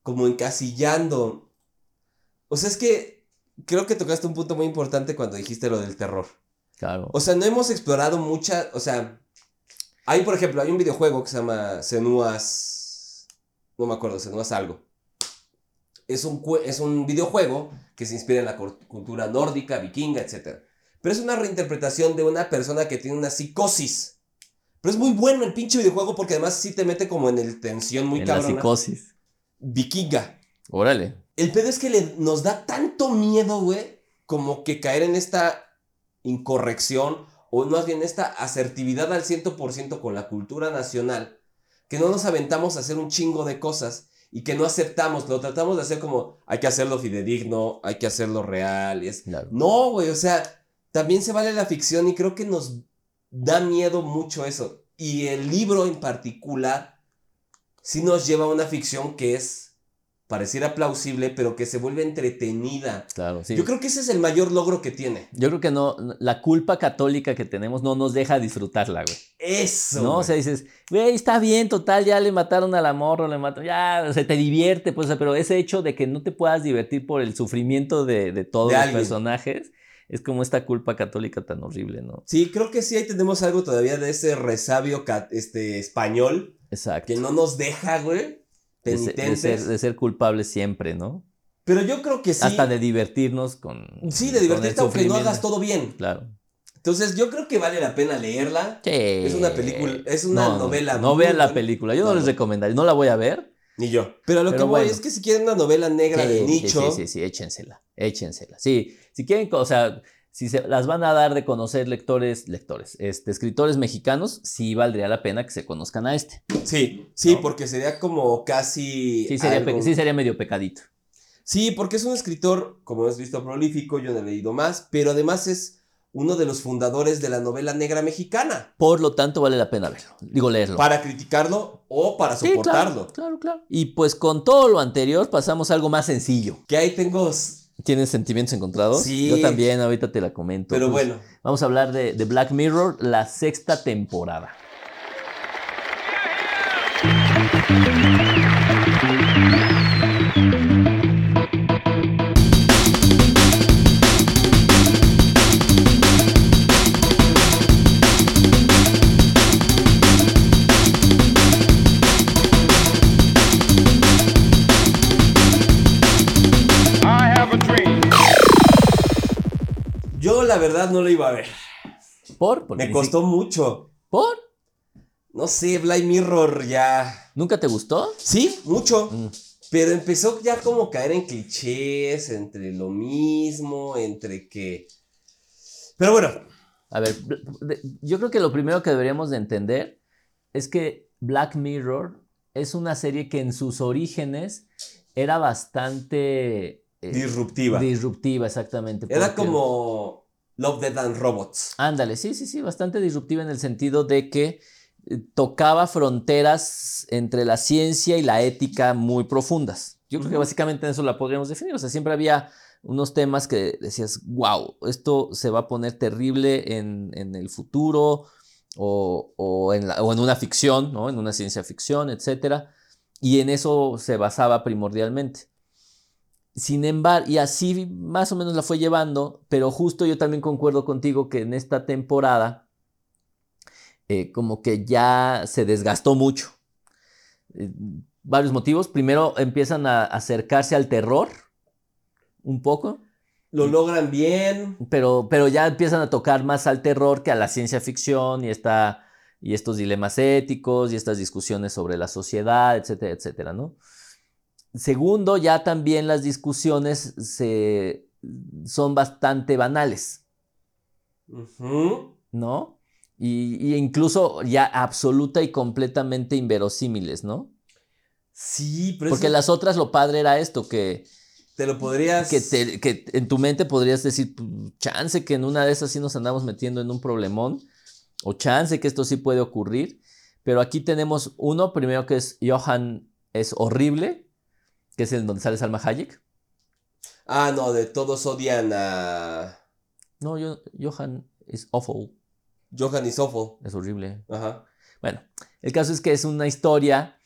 [SPEAKER 2] como encasillando. O sea, es que creo que tocaste un punto muy importante cuando dijiste lo del terror.
[SPEAKER 1] Claro.
[SPEAKER 2] O sea, no hemos explorado muchas, o sea, hay por ejemplo, hay un videojuego que se llama Senuas, no me acuerdo, Senuas algo. Es un, cue- es un videojuego que se inspira en la cor- cultura nórdica, vikinga, etc. Pero es una reinterpretación de una persona que tiene una psicosis. Pero es muy bueno el pinche videojuego porque además sí te mete como en el tensión muy
[SPEAKER 1] en la
[SPEAKER 2] cabrona.
[SPEAKER 1] psicosis.
[SPEAKER 2] Vikinga.
[SPEAKER 1] Órale.
[SPEAKER 2] El pedo es que le- nos da tanto miedo, güey, como que caer en esta incorrección o más bien esta asertividad al 100% con la cultura nacional, que no nos aventamos a hacer un chingo de cosas y que no aceptamos, lo tratamos de hacer como hay que hacerlo fidedigno, hay que hacerlo real. y es-
[SPEAKER 1] Claro.
[SPEAKER 2] No, güey, o sea, también se vale la ficción y creo que nos da miedo mucho eso. Y el libro en particular sí nos lleva a una ficción que es pareciera plausible, pero que se vuelve entretenida.
[SPEAKER 1] Claro, sí.
[SPEAKER 2] Yo creo que ese es el mayor logro que tiene.
[SPEAKER 1] Yo creo que no, no- la culpa católica que tenemos no nos deja disfrutarla, güey.
[SPEAKER 2] Eso.
[SPEAKER 1] No, o
[SPEAKER 2] güey.
[SPEAKER 1] sea, dices, güey, está bien, total, ya le mataron al amor, le mataron, ya, o sea, te divierte, pues, o sea, pero ese hecho de que no te puedas divertir por el sufrimiento de, de todos
[SPEAKER 2] De
[SPEAKER 1] los
[SPEAKER 2] alguien.
[SPEAKER 1] personajes, es como esta culpa católica tan horrible, ¿no?
[SPEAKER 2] Sí, creo que sí, ahí tenemos algo todavía de ese resabio ca- este, español
[SPEAKER 1] Exacto.
[SPEAKER 2] que no nos deja, güey,
[SPEAKER 1] de, ser, de
[SPEAKER 2] penitentes.
[SPEAKER 1] ser- de ser culpables siempre, ¿no?
[SPEAKER 2] Pero yo creo que sí.
[SPEAKER 1] Hasta de divertirnos con.
[SPEAKER 2] Sí, de
[SPEAKER 1] con
[SPEAKER 2] divertirte
[SPEAKER 1] el
[SPEAKER 2] aunque no
[SPEAKER 1] sufrimiento.
[SPEAKER 2] hagas todo bien.
[SPEAKER 1] Claro.
[SPEAKER 2] Entonces yo creo que vale la pena leerla. Es una película- es una
[SPEAKER 1] No, no,
[SPEAKER 2] novela
[SPEAKER 1] No,
[SPEAKER 2] muy
[SPEAKER 1] vean la
[SPEAKER 2] buena.
[SPEAKER 1] película, yo no,
[SPEAKER 2] No,
[SPEAKER 1] les
[SPEAKER 2] no.
[SPEAKER 1] recomendaría, no la voy a ver.
[SPEAKER 2] Ni yo. Pero a lo
[SPEAKER 1] Pero
[SPEAKER 2] que voy
[SPEAKER 1] bueno.
[SPEAKER 2] es que si quieren una novela negra de
[SPEAKER 1] Sí, sí,
[SPEAKER 2] nicho,
[SPEAKER 1] Sí, sí, sí, échensela, échensela. Sí, si quieren, o sea, si se las van a dar de conocer lectores, lectores, este, escritores mexicanos, sí valdría la pena que se conozcan a este.
[SPEAKER 2] sí, sí,
[SPEAKER 1] No.
[SPEAKER 2] porque sería como casi.
[SPEAKER 1] Sí sería,
[SPEAKER 2] algo-
[SPEAKER 1] pe- sí sería medio pecadito.
[SPEAKER 2] Sí, porque es un escritor, como hemos visto, prolífico, yo no he leído más, pero además es uno de los fundadores de la novela negra mexicana.
[SPEAKER 1] Por lo tanto, vale la pena verlo, digo leerlo.
[SPEAKER 2] Para criticarlo o para
[SPEAKER 1] Sí,
[SPEAKER 2] soportarlo.
[SPEAKER 1] claro, claro, claro. Y pues con todo lo anterior pasamos a algo más sencillo.
[SPEAKER 2] Que ahí tengo. s-
[SPEAKER 1] ¿Tienes sentimientos encontrados?
[SPEAKER 2] Sí.
[SPEAKER 1] Yo también, ahorita te la comento.
[SPEAKER 2] Pero
[SPEAKER 1] Pues,
[SPEAKER 2] bueno,
[SPEAKER 1] Vamos a hablar de, de Black Mirror, la sexta temporada.
[SPEAKER 3] I have a dream.
[SPEAKER 2] yo la verdad no lo iba a ver.
[SPEAKER 1] ¿Por? Porque
[SPEAKER 2] Me
[SPEAKER 1] ni
[SPEAKER 2] costó mucho.
[SPEAKER 1] si- ¿Por?
[SPEAKER 2] No sé, Black Mirror ya.
[SPEAKER 1] ¿Nunca te gustó?
[SPEAKER 2] Sí, mucho.
[SPEAKER 1] Mm.
[SPEAKER 2] Pero empezó ya como a caer en clichés, entre lo mismo, entre que... Pero bueno,
[SPEAKER 1] A ver, bl- de- yo creo que lo primero que deberíamos de entender es que Black Mirror es una serie que en sus orígenes era bastante... eh,
[SPEAKER 2] disruptiva.
[SPEAKER 1] Disruptiva, exactamente.
[SPEAKER 2] Era
[SPEAKER 1] porque-
[SPEAKER 2] como Love, Dead and Robots.
[SPEAKER 1] Ándale, sí, sí, sí, bastante disruptiva en el sentido de que eh, tocaba fronteras entre la ciencia y la ética muy profundas. Yo creo que
[SPEAKER 2] Ujú.
[SPEAKER 1] básicamente eso la podríamos definir. O sea, siempre había unos temas que decías, wow, esto se va a poner terrible en, en el futuro o, o en la- o en una ficción, ¿no? En una ciencia ficción, etcétera. Y en eso se basaba primordialmente. Sin embargo, y así más o menos la fue llevando, pero justo yo también concuerdo contigo que en esta temporada eh, como que ya se desgastó mucho. Eh, varios motivos. Primero empiezan a acercarse al terror un poco,
[SPEAKER 2] Lo logran bien.
[SPEAKER 1] pero, pero ya empiezan a tocar más al terror que a la ciencia ficción y, esta, y estos dilemas éticos y estas discusiones sobre la sociedad, etcétera, etcétera, ¿no? Segundo, ya también las discusiones se, son bastante banales,
[SPEAKER 2] Ujú.
[SPEAKER 1] ¿no? Y, y incluso ya absoluta y completamente inverosímiles, ¿no?
[SPEAKER 2] Sí, pero
[SPEAKER 1] Porque
[SPEAKER 2] eso
[SPEAKER 1] las otras lo padre era esto, que,
[SPEAKER 2] te lo podrías...
[SPEAKER 1] que, te- que en tu mente podrías decir, "Pu- chance que en una de esas sí nos andamos metiendo en un problemón, o chance que esto sí puede ocurrir, pero aquí tenemos uno, primero que es Johan es horrible, que es el donde sale Salma Hayek.
[SPEAKER 2] Ah, no, de todos odian a
[SPEAKER 1] No, yo, Johan es awful,
[SPEAKER 2] Johan Isofo.
[SPEAKER 1] es horrible.
[SPEAKER 2] Ajá.
[SPEAKER 1] Bueno, el caso es que es una historia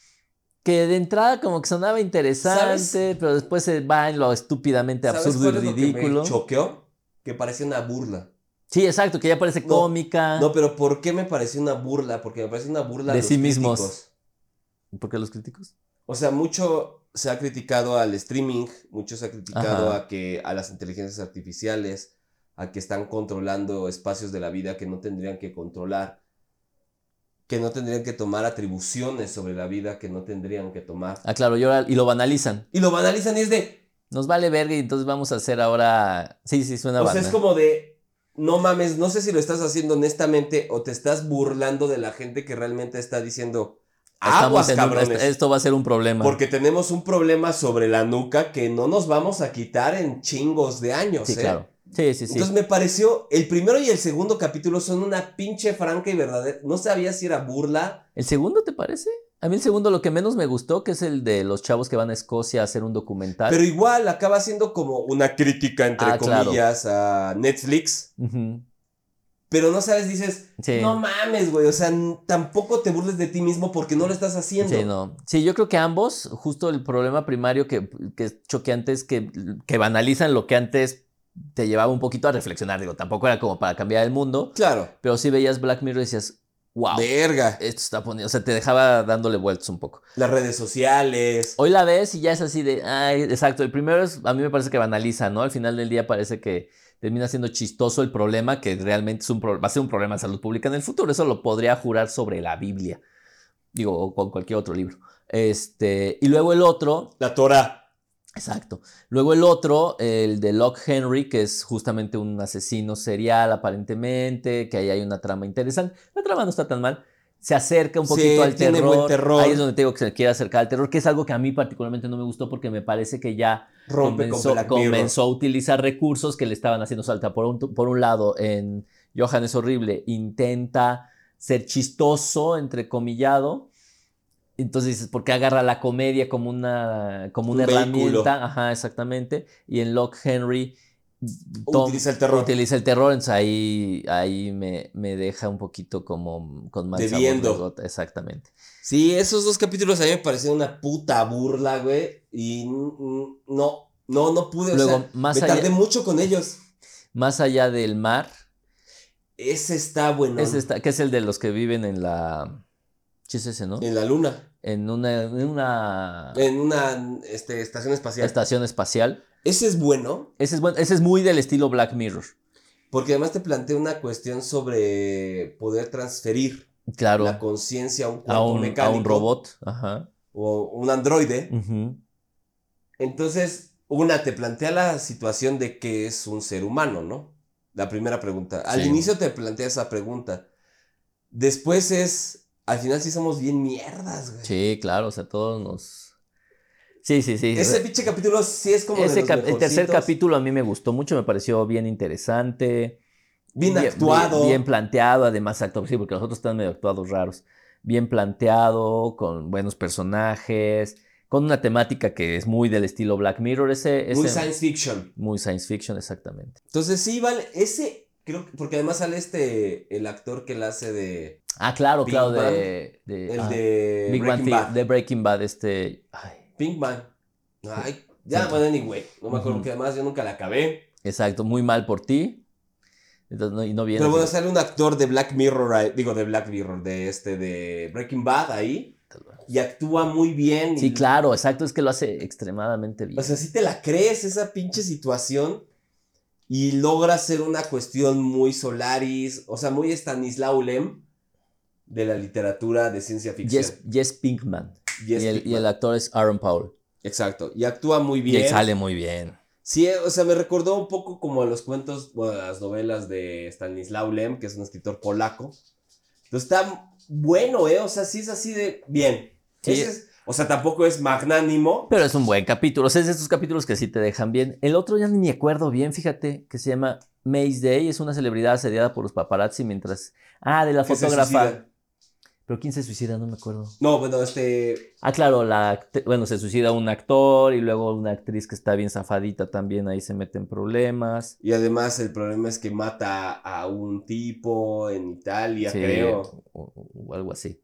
[SPEAKER 1] que de entrada como que sonaba interesante, pero después se va en lo estúpidamente
[SPEAKER 2] ¿Sabes
[SPEAKER 1] absurdo y
[SPEAKER 2] cuál es lo que me
[SPEAKER 1] ridículo.
[SPEAKER 2] choqueó? Que parecía una burla.
[SPEAKER 1] Sí, exacto, que ya parece
[SPEAKER 2] No,
[SPEAKER 1] cómica.
[SPEAKER 2] No, pero ¿por qué me pareció una burla? Porque me pareció una burla
[SPEAKER 1] Ah. De
[SPEAKER 2] a los
[SPEAKER 1] sí mismos.
[SPEAKER 2] críticos.
[SPEAKER 1] ¿Por qué los críticos?
[SPEAKER 2] O sea, mucho se ha criticado al streaming, mucho se ha criticado
[SPEAKER 1] Ajá.
[SPEAKER 2] a que a las inteligencias artificiales, a que están controlando espacios de la vida que no tendrían que controlar, que no tendrían que tomar atribuciones sobre la vida que no tendrían que tomar.
[SPEAKER 1] Ah, claro, y, ahora- y lo banalizan.
[SPEAKER 2] Y lo banalizan y es de,
[SPEAKER 1] Nos vale verga y entonces vamos a hacer ahora... Sí, sí, suena
[SPEAKER 2] o
[SPEAKER 1] banda.
[SPEAKER 2] sea, es como de, no mames, no sé si lo estás haciendo honestamente o te estás burlando de la gente que realmente está diciendo, Aguas,
[SPEAKER 1] en un-
[SPEAKER 2] cabrones.
[SPEAKER 1] esto va a ser un problema.
[SPEAKER 2] Porque tenemos un problema sobre la nuca que no nos vamos a quitar en chingos de años,
[SPEAKER 1] sí,
[SPEAKER 2] ¿eh?
[SPEAKER 1] claro. Sí, sí, sí.
[SPEAKER 2] Entonces me pareció, el primero y el segundo capítulo son una pinche franca y verdadera. No sabía si era burla.
[SPEAKER 1] ¿El segundo te parece? A mí el segundo lo que menos me gustó, que es el de los chavos que van a Escocia a hacer un documental.
[SPEAKER 2] Pero igual acaba siendo como una crítica, entre
[SPEAKER 1] Ah, claro.
[SPEAKER 2] comillas, a Netflix.
[SPEAKER 1] Ujú,
[SPEAKER 2] Pero no sabes, dices,
[SPEAKER 1] Sí.
[SPEAKER 2] no mames, güey. O sea, n- tampoco te burles de ti mismo porque no lo estás haciendo.
[SPEAKER 1] Sí, no. Sí, yo creo que ambos, justo el problema primario que, que choque antes, que, que banalizan lo que antes te llevaba un poquito a reflexionar. Digo, tampoco era como para cambiar el mundo,
[SPEAKER 2] Claro.
[SPEAKER 1] pero sí veías Black Mirror y decías, wow,
[SPEAKER 2] Verga.
[SPEAKER 1] esto está poniendo, o sea, te dejaba dándole vueltas un poco.
[SPEAKER 2] Las redes sociales.
[SPEAKER 1] Hoy la ves y ya es así de, ay, exacto, el primero es, a mí me parece que banaliza, ¿no? Al final del día parece que termina siendo chistoso el problema, que realmente es un pro- va a ser un problema de salud pública en el futuro, eso lo podría jurar sobre la Biblia, digo, o con cualquier otro libro. Este, y luego el otro,
[SPEAKER 2] La Torah.
[SPEAKER 1] Exacto. Luego el otro, el de Locke Henry, que es justamente un asesino serial aparentemente, que ahí hay una trama interesante. La trama no está tan mal. Se acerca un
[SPEAKER 2] Sí,
[SPEAKER 1] poquito al
[SPEAKER 2] tiene
[SPEAKER 1] terror.
[SPEAKER 2] buen terror.
[SPEAKER 1] Ahí es donde te digo que se quiere acercar al terror, que es algo que a mí particularmente no me gustó porque me parece que ya
[SPEAKER 2] Rompe
[SPEAKER 1] comenzó,
[SPEAKER 2] con Black Mirror.
[SPEAKER 1] comenzó a utilizar recursos que le estaban haciendo salta. Por un, por un lado, en Johan es horrible, intenta ser chistoso, entre comillado. Entonces dices, ¿por qué agarra la comedia como una, como una
[SPEAKER 2] Un vehículo.
[SPEAKER 1] herramienta? Ajá, exactamente. Y en Locke Henry tom-
[SPEAKER 2] Utiliza el terror.
[SPEAKER 1] utiliza el terror, entonces ahí, ahí me, me deja un poquito como con mal sabor de
[SPEAKER 2] Debiendo.
[SPEAKER 1] gota, Exactamente.
[SPEAKER 2] Sí, esos dos capítulos a mí me parecieron una puta burla, güey. Y n- n- no, no, no pude.
[SPEAKER 1] Luego,
[SPEAKER 2] o sea,
[SPEAKER 1] más
[SPEAKER 2] me
[SPEAKER 1] allá-
[SPEAKER 2] tardé mucho con ellos.
[SPEAKER 1] Más allá del mar,
[SPEAKER 2] Ese está bueno.
[SPEAKER 1] es esta- que es el de los que viven en la... ¿Sí es ese, no?
[SPEAKER 2] En la luna.
[SPEAKER 1] en una, en una
[SPEAKER 2] En una este, estación espacial.
[SPEAKER 1] estación espacial.
[SPEAKER 2] Ese es bueno.
[SPEAKER 1] Ese es, bueno, ese es muy del estilo Black Mirror.
[SPEAKER 2] Porque además te plantea una cuestión sobre poder transferir
[SPEAKER 1] Claro,
[SPEAKER 2] la conciencia a un cuerpo
[SPEAKER 1] a un, a
[SPEAKER 2] mecánico.
[SPEAKER 1] un robot. Ajá.
[SPEAKER 2] O un androide.
[SPEAKER 1] Ujú.
[SPEAKER 2] Entonces, una, te plantea la situación de qué es un ser humano, ¿no? La primera pregunta. Al
[SPEAKER 1] Sí.
[SPEAKER 2] inicio te plantea esa pregunta. Después es, al final sí somos bien mierdas, güey.
[SPEAKER 1] Sí, claro, o sea, todos nos... Sí, sí, sí.
[SPEAKER 2] Ese pinche capítulo sí es como de
[SPEAKER 1] Ese
[SPEAKER 2] los
[SPEAKER 1] cap- el tercer
[SPEAKER 2] mejorcitos.
[SPEAKER 1] capítulo a mí me gustó mucho, me pareció bien interesante.
[SPEAKER 2] Bien actuado.
[SPEAKER 1] Bien, planteado, además actuado, sí, porque los otros están medio actuados raros. Bien planteado, con buenos personajes, con una temática que es muy del estilo Black Mirror. Ese,
[SPEAKER 2] Muy
[SPEAKER 1] ese-
[SPEAKER 2] science fiction.
[SPEAKER 1] muy science fiction, exactamente.
[SPEAKER 2] Entonces sí, vale, ese, creo, que- porque además sale este, el actor que la hace de,
[SPEAKER 1] Ah, claro,
[SPEAKER 2] Big
[SPEAKER 1] claro,
[SPEAKER 2] Bang,
[SPEAKER 1] de, de-
[SPEAKER 2] el
[SPEAKER 1] ah,
[SPEAKER 2] de
[SPEAKER 1] Big Bang
[SPEAKER 2] Breaking
[SPEAKER 1] Theory,
[SPEAKER 2] Bad.
[SPEAKER 1] de Breaking Bad, este, ay,
[SPEAKER 2] Pink Man. Ay, ya, bueno, anyway, no me acuerdo,
[SPEAKER 1] Ujú.
[SPEAKER 2] que además yo nunca la acabé.
[SPEAKER 1] exacto, muy mal por ti, entonces no, y no viene,
[SPEAKER 2] Pero bueno,
[SPEAKER 1] así,
[SPEAKER 2] sale un actor de Black Mirror, ahí- digo, de Black Mirror, de este, de Breaking Bad ahí, y actúa muy bien. y-
[SPEAKER 1] sí, claro, exacto, es que lo hace extremadamente bien,
[SPEAKER 2] O sea, si te la crees esa pinche situación y logra ser una cuestión muy Solaris, o sea, muy Stanislaw Lem de la literatura de ciencia ficción.
[SPEAKER 1] Jess, Jess Pinkman,
[SPEAKER 2] Yes,
[SPEAKER 1] y, el, y
[SPEAKER 2] Pinkman.
[SPEAKER 1] el actor es Aaron Paul,
[SPEAKER 2] Exacto, y actúa muy
[SPEAKER 1] y
[SPEAKER 2] bien.
[SPEAKER 1] él sale muy bien,
[SPEAKER 2] Sí, eh, o sea, me recordó un poco como a los cuentos, bueno, a las novelas de Stanislaw Lem, que es un escritor polaco. Entonces está bueno, ¿eh? O sea, sí es así de bien.
[SPEAKER 1] Sí.
[SPEAKER 2] Ese es- o sea, tampoco es magnánimo.
[SPEAKER 1] pero es un buen capítulo, o sea, es de esos capítulos que sí te dejan bien, el otro ya ni me acuerdo bien, fíjate, que se llama Maze Day, es una celebridad asediada por los paparazzi mientras, ah, de la
[SPEAKER 2] que se
[SPEAKER 1] fotógrafa,
[SPEAKER 2] suicida.
[SPEAKER 1] pero quién se suicida, no me acuerdo.
[SPEAKER 2] No, bueno, este.
[SPEAKER 1] Ah, claro, la act- bueno, se suicida un actor y luego una actriz que está bien zafadita también ahí se mete en problemas.
[SPEAKER 2] Y además el problema es que mata a un tipo en Italia,
[SPEAKER 1] Sí,
[SPEAKER 2] creo.
[SPEAKER 1] O, o algo así.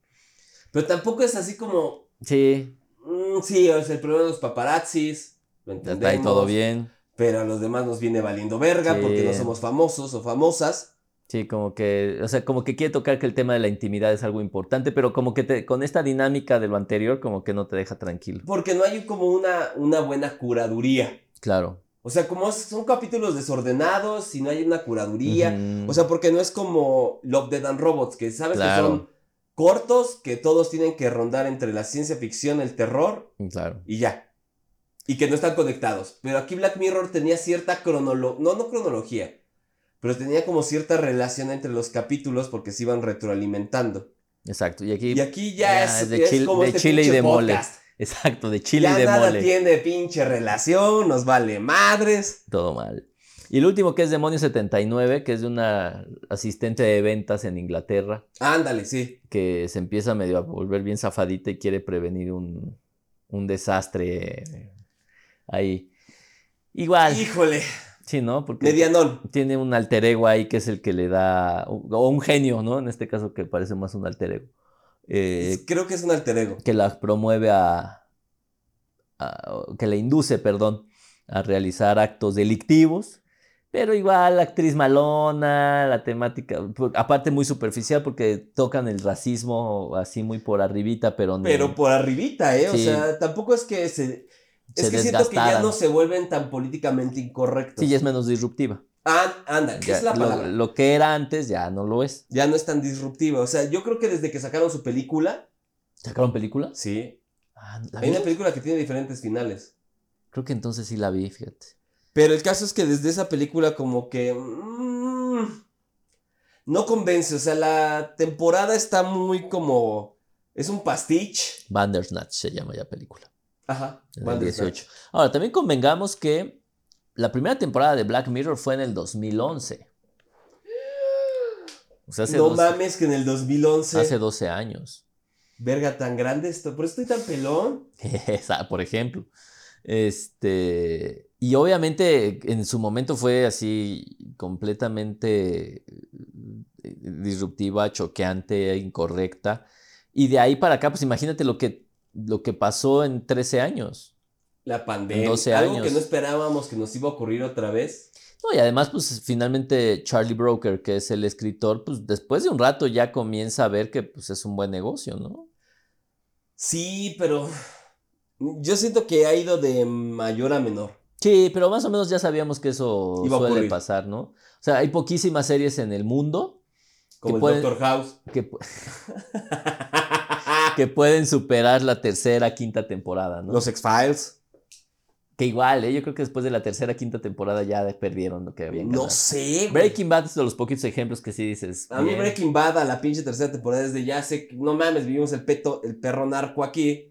[SPEAKER 2] Pero tampoco es así como.
[SPEAKER 1] Sí,
[SPEAKER 2] mm, sí, o sea, el problema de los paparazzis. Lo
[SPEAKER 1] ya está ahí todo
[SPEAKER 2] entendemos,
[SPEAKER 1] bien.
[SPEAKER 2] Pero a los demás nos viene valiendo verga
[SPEAKER 1] Sí.
[SPEAKER 2] porque no somos famosos o famosas.
[SPEAKER 1] Sí, como que, o sea, como que quiere tocar que el tema de la intimidad es algo importante, pero como que te- con esta dinámica de lo anterior, como que no te deja tranquilo.
[SPEAKER 2] Porque no hay como una, una buena curaduría.
[SPEAKER 1] Claro.
[SPEAKER 2] O sea, como es- son capítulos desordenados y no hay una curaduría.
[SPEAKER 1] Ujú.
[SPEAKER 2] O sea, porque no es como Love, Dead and Robots, que sabes
[SPEAKER 1] Claro.
[SPEAKER 2] que son cortos, que todos tienen que rondar entre la ciencia ficción, el terror
[SPEAKER 1] claro.
[SPEAKER 2] y ya. Y que no están conectados. Pero aquí Black Mirror tenía cierta cronología, no, no cronología, pero tenía como cierta relación entre los capítulos porque se iban retroalimentando.
[SPEAKER 1] Exacto. Y aquí,
[SPEAKER 2] Y aquí ya,
[SPEAKER 1] Ya,
[SPEAKER 2] es,
[SPEAKER 1] es de
[SPEAKER 2] es
[SPEAKER 1] chile-
[SPEAKER 2] como
[SPEAKER 1] de
[SPEAKER 2] este
[SPEAKER 1] chile y
[SPEAKER 2] pinche
[SPEAKER 1] de mole.
[SPEAKER 2] podcast.
[SPEAKER 1] exacto, de chile
[SPEAKER 2] ya
[SPEAKER 1] y de
[SPEAKER 2] nada
[SPEAKER 1] mole.
[SPEAKER 2] tiene pinche relación, nos vale madres.
[SPEAKER 1] Todo mal. Y el último que es Demonio 79, que es de una asistente de ventas en Inglaterra,
[SPEAKER 2] Ándale, sí.
[SPEAKER 1] que se empieza medio a volver bien zafadita y quiere prevenir un, un desastre ahí. Igual,
[SPEAKER 2] Híjole,
[SPEAKER 1] sí, ¿no? Porque
[SPEAKER 2] medianón.
[SPEAKER 1] tiene un alter ego ahí que es el que le da, o un genio, ¿no? En este caso que parece más un alter ego, eh,
[SPEAKER 2] Creo que es un alter ego.
[SPEAKER 1] que la promueve a, a- o que le induce, perdón, a realizar actos delictivos. Pero igual, la actriz malona, la temática, por- aparte muy superficial porque tocan el racismo así muy por arribita, pero, ni-
[SPEAKER 2] Pero pues, por arribita, ¿eh? O
[SPEAKER 1] mm, Sí.
[SPEAKER 2] sea, tampoco es que se...
[SPEAKER 1] se
[SPEAKER 2] es que siento que ya
[SPEAKER 1] desgastaran.
[SPEAKER 2] no se vuelven tan políticamente incorrectos.
[SPEAKER 1] Sí, ya es menos disruptiva.
[SPEAKER 2] Ah, ándale,
[SPEAKER 1] Ya,
[SPEAKER 2] es la
[SPEAKER 1] lo,
[SPEAKER 2] palabra.
[SPEAKER 1] lo que era antes ya no lo es.
[SPEAKER 2] Ya no es tan disruptiva. O sea, yo creo que desde que sacaron su película...
[SPEAKER 1] ¿Sacaron películas?
[SPEAKER 2] Sí.
[SPEAKER 1] Ah, ¿la
[SPEAKER 2] Hay
[SPEAKER 1] vi?
[SPEAKER 2] una película que tiene diferentes finales.
[SPEAKER 1] Creo que entonces sí la vi, fíjate.
[SPEAKER 2] Pero el caso es que desde esa película como que... mm, no convence, o sea, la temporada está muy como... Es un pastiche.
[SPEAKER 1] Bandersnatch se llama ya película.
[SPEAKER 2] Ajá.
[SPEAKER 1] en el
[SPEAKER 2] Bandersnatch.
[SPEAKER 1] 18. Ahora, también convengamos que la primera temporada de Black Mirror fue en el 2011. O sea, hace,
[SPEAKER 2] no
[SPEAKER 1] 12,
[SPEAKER 2] mames ¿eh? que en el 2011...
[SPEAKER 1] hace 12 años.
[SPEAKER 2] Verga, tan grande esto. Por eso estoy tan pelón.
[SPEAKER 1] Esa, Por ejemplo. Este, y obviamente en su momento fue así completamente eh, disruptiva, choqueante, incorrecta. Y de ahí para acá, pues imagínate lo que, lo que pasó en 13 años.
[SPEAKER 2] La pandemia.
[SPEAKER 1] 12
[SPEAKER 2] Algo
[SPEAKER 1] años.
[SPEAKER 2] que no esperábamos que nos iba a ocurrir otra vez.
[SPEAKER 1] No, y además, pues finalmente Charlie Broker, que es el escritor, pues después de un rato ya comienza a ver que pues, es un buen negocio, ¿no?
[SPEAKER 2] Sí, pero... Yo siento que ha ido de mayor a menor.
[SPEAKER 1] Sí, pero más o menos ya sabíamos que eso
[SPEAKER 2] Iba a
[SPEAKER 1] suele
[SPEAKER 2] ocurrir.
[SPEAKER 1] pasar, ¿no? O sea, hay poquísimas series en el mundo
[SPEAKER 2] Como
[SPEAKER 1] Que
[SPEAKER 2] el
[SPEAKER 1] puede-
[SPEAKER 2] Doctor House.
[SPEAKER 1] que, pu- que pueden superar la tercera, quinta temporada, ¿no?
[SPEAKER 2] Los X-Files.
[SPEAKER 1] Que igual, ¿eh? yo creo que después de la tercera, quinta temporada ya perdieron lo que habían
[SPEAKER 2] No
[SPEAKER 1] ganado.
[SPEAKER 2] sé. güey.
[SPEAKER 1] Breaking Bad es de los poquitos ejemplos que sí dices.
[SPEAKER 2] A mí
[SPEAKER 1] bien.
[SPEAKER 2] Breaking Bad a la pinche tercera temporada desde ya sé que no mames, vivimos el peto, el perro narco aquí.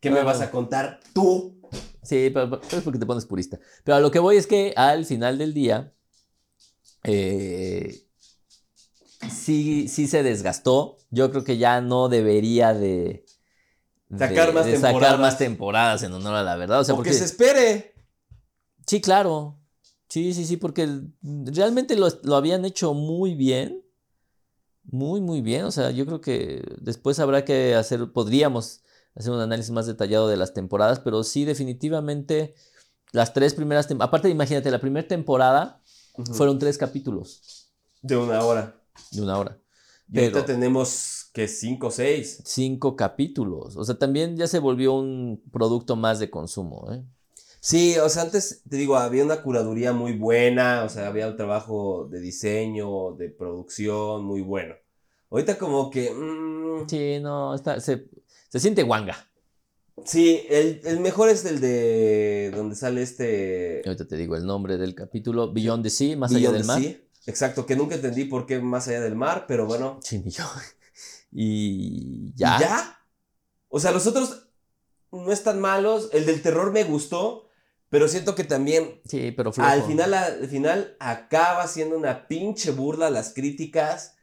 [SPEAKER 2] ¿Qué me
[SPEAKER 1] Ah.
[SPEAKER 2] vas a contar tú?
[SPEAKER 1] Sí, pero, pero es porque te pones purista. Pero a lo que voy es que al final del día, eh, sí, sí se desgastó. Yo creo que ya no debería de, de-
[SPEAKER 2] Sacar más
[SPEAKER 1] de sacar
[SPEAKER 2] temporadas.
[SPEAKER 1] más temporadas en honor a la verdad. O sea,
[SPEAKER 2] Porque
[SPEAKER 1] porque
[SPEAKER 2] se espere.
[SPEAKER 1] Sí, claro. Sí, sí, sí, porque realmente lo, lo habían hecho muy bien. Muy, muy bien. O sea, yo creo que después habrá que hacer, podríamos hacer un análisis más detallado de las temporadas, pero sí, definitivamente las tres primeras temporadas, aparte imagínate, la primera temporada fueron tres capítulos
[SPEAKER 2] de una hora.
[SPEAKER 1] de una hora.
[SPEAKER 2] Y
[SPEAKER 1] Pero-
[SPEAKER 2] ahorita tenemos que cinco o seis.
[SPEAKER 1] Cinco capítulos. O sea, también ya se volvió un producto más de consumo, ¿eh?
[SPEAKER 2] Sí, o sea, antes te digo, había una curaduría muy buena, o sea, había un trabajo de diseño, de producción muy bueno. Ahorita como que mm,
[SPEAKER 1] Sí, no, está, se, se siente guanga.
[SPEAKER 2] sí, el, el mejor es el de donde sale este
[SPEAKER 1] Ahorita te digo el nombre del capítulo, Beyond the Sea, más allá
[SPEAKER 2] Beyond
[SPEAKER 1] del
[SPEAKER 2] the
[SPEAKER 1] mar.
[SPEAKER 2] Sea. Exacto, que nunca entendí por qué más allá del mar, pero bueno.
[SPEAKER 1] Sí, ni yo. Y ya.
[SPEAKER 2] ¿Ya? ¿Ya? O sea, los otros no están malos. El del terror me gustó, pero siento que también
[SPEAKER 1] Sí, pero flojo.
[SPEAKER 2] al final al final acaba siendo una pinche burla a las críticas.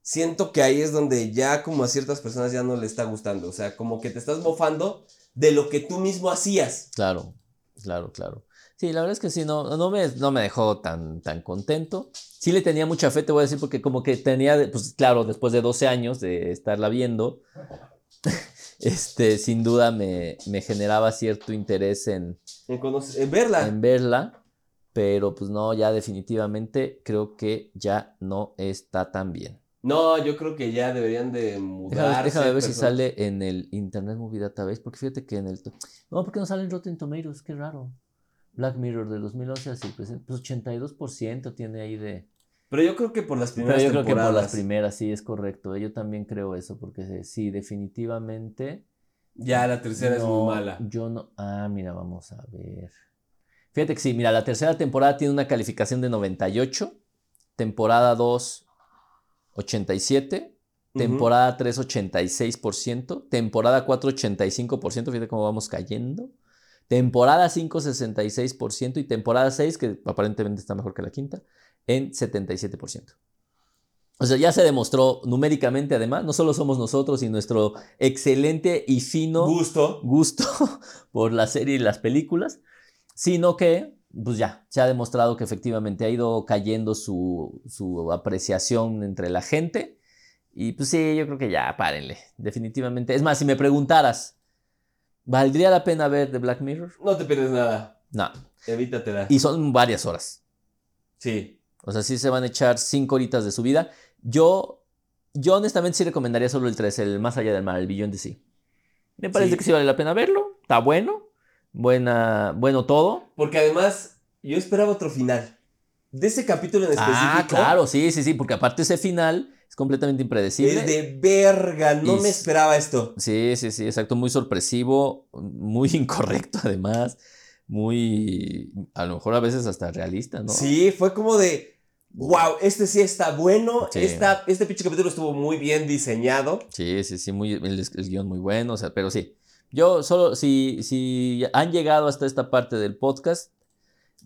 [SPEAKER 2] Siento que ahí es donde ya como a ciertas personas ya no le está gustando, o sea, como que te estás mofando de lo que tú mismo hacías.
[SPEAKER 1] Claro, claro, claro. Sí, la verdad es que sí, no, no, me, no me dejó tan, tan contento. Sí le tenía mucha fe, te voy a decir, porque como que tenía, pues claro, después de 12 años de estarla viendo, este, sin duda me, me generaba cierto interés en,
[SPEAKER 2] En, conocer- en verla.
[SPEAKER 1] en verla, pero pues no, ya definitivamente creo que ya no está tan bien.
[SPEAKER 2] No, yo creo que ya deberían de
[SPEAKER 1] Déjame,
[SPEAKER 2] mudarse.
[SPEAKER 1] déjame ver si
[SPEAKER 2] personas.
[SPEAKER 1] sale en el Internet Movie Database, porque fíjate que en el... to- No, porque no sale en Rotten Tomatoes, qué raro. Black Mirror del 2011 así, pues, pues 82% tiene ahí de...
[SPEAKER 2] Pero yo creo que por las
[SPEAKER 1] Pero
[SPEAKER 2] primeras
[SPEAKER 1] yo creo que por las
[SPEAKER 2] temporadas
[SPEAKER 1] primeras, sí, es correcto. eh, Yo también creo eso, porque se- sí, definitivamente...
[SPEAKER 2] ya la tercera es
[SPEAKER 1] no,
[SPEAKER 2] muy mala.
[SPEAKER 1] Yo no... Ah, mira, vamos a ver. Fíjate que sí, mira, la tercera temporada tiene una calificación de 98, temporada 2, 87 temporada 3 86%, temporada 4 85%, fíjate cómo vamos cayendo, temporada 5 66% y temporada 6, que aparentemente está mejor que la quinta, en 77%. O sea, ya se demostró numéricamente además, no solo somos nosotros y nuestro excelente y fino
[SPEAKER 2] Gusto.
[SPEAKER 1] gusto por la serie y las películas, sino que, pues ya, se ha demostrado que efectivamente ha ido cayendo su, su apreciación entre la gente. Y pues sí, yo creo que ya, párenle, definitivamente. Es más, si me preguntaras, ¿valdría la pena ver The Black Mirror?
[SPEAKER 2] No te pierdes nada.
[SPEAKER 1] No.
[SPEAKER 2] Evítatela.
[SPEAKER 1] Y son varias horas.
[SPEAKER 2] Sí.
[SPEAKER 1] O sea, sí se van a echar cinco horitas de su vida. Yo, yo honestamente sí recomendaría solo el 3, el Más Allá del Mar, el Billón de Sí. Me parece
[SPEAKER 2] Sí.
[SPEAKER 1] que sí vale la pena verlo. Está bueno. Buena, bueno todo.
[SPEAKER 2] Porque además, yo esperaba otro final. De ese capítulo en específico.
[SPEAKER 1] Ah, claro, sí, sí, sí, porque aparte ese final es completamente impredecible.
[SPEAKER 2] Es de verga. No
[SPEAKER 1] Y-
[SPEAKER 2] me esperaba esto.
[SPEAKER 1] Sí, sí, sí, exacto, muy sorpresivo, muy incorrecto además, muy, a lo mejor a veces hasta realista, ¿no?
[SPEAKER 2] Sí, fue como de. Wow, este sí está bueno.
[SPEAKER 1] Sí.
[SPEAKER 2] Esta, este pinche capítulo estuvo muy bien diseñado.
[SPEAKER 1] Sí, sí, sí, muy, el, el guión muy bueno, o sea, pero sí. Yo solo, si, si han llegado hasta esta parte del podcast,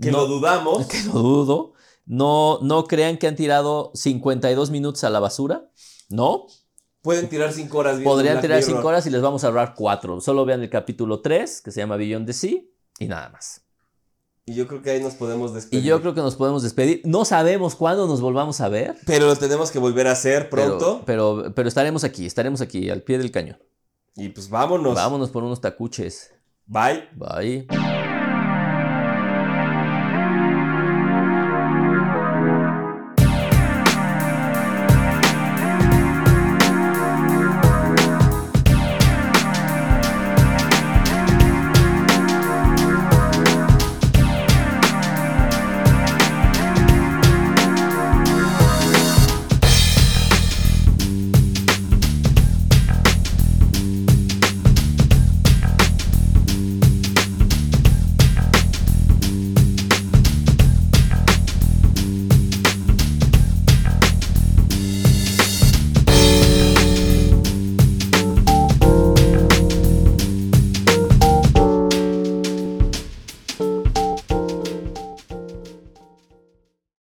[SPEAKER 2] Que
[SPEAKER 1] no,
[SPEAKER 2] lo dudamos.
[SPEAKER 1] que lo dudo, no, no crean que han tirado 52 minutos a la basura, ¿no?
[SPEAKER 2] Pueden tirar cinco horas. viendo
[SPEAKER 1] Podrían
[SPEAKER 2] Black
[SPEAKER 1] tirar
[SPEAKER 2] Mirror.
[SPEAKER 1] 5 horas y les vamos a ahorrar 4. Solo vean el capítulo 3, que se llama Beyond the Sea, y nada más.
[SPEAKER 2] Y yo creo que ahí nos podemos despedir.
[SPEAKER 1] Y yo creo que nos podemos despedir. No sabemos cuándo nos volvamos a ver.
[SPEAKER 2] Pero lo tenemos que volver a hacer
[SPEAKER 1] pero-
[SPEAKER 2] pronto.
[SPEAKER 1] Pero, pero, estaremos aquí, estaremos aquí, al pie del cañón.
[SPEAKER 2] Y pues vámonos.
[SPEAKER 1] Vámonos por unos tacuches.
[SPEAKER 2] Bye.
[SPEAKER 1] Bye.
[SPEAKER 3] Bye.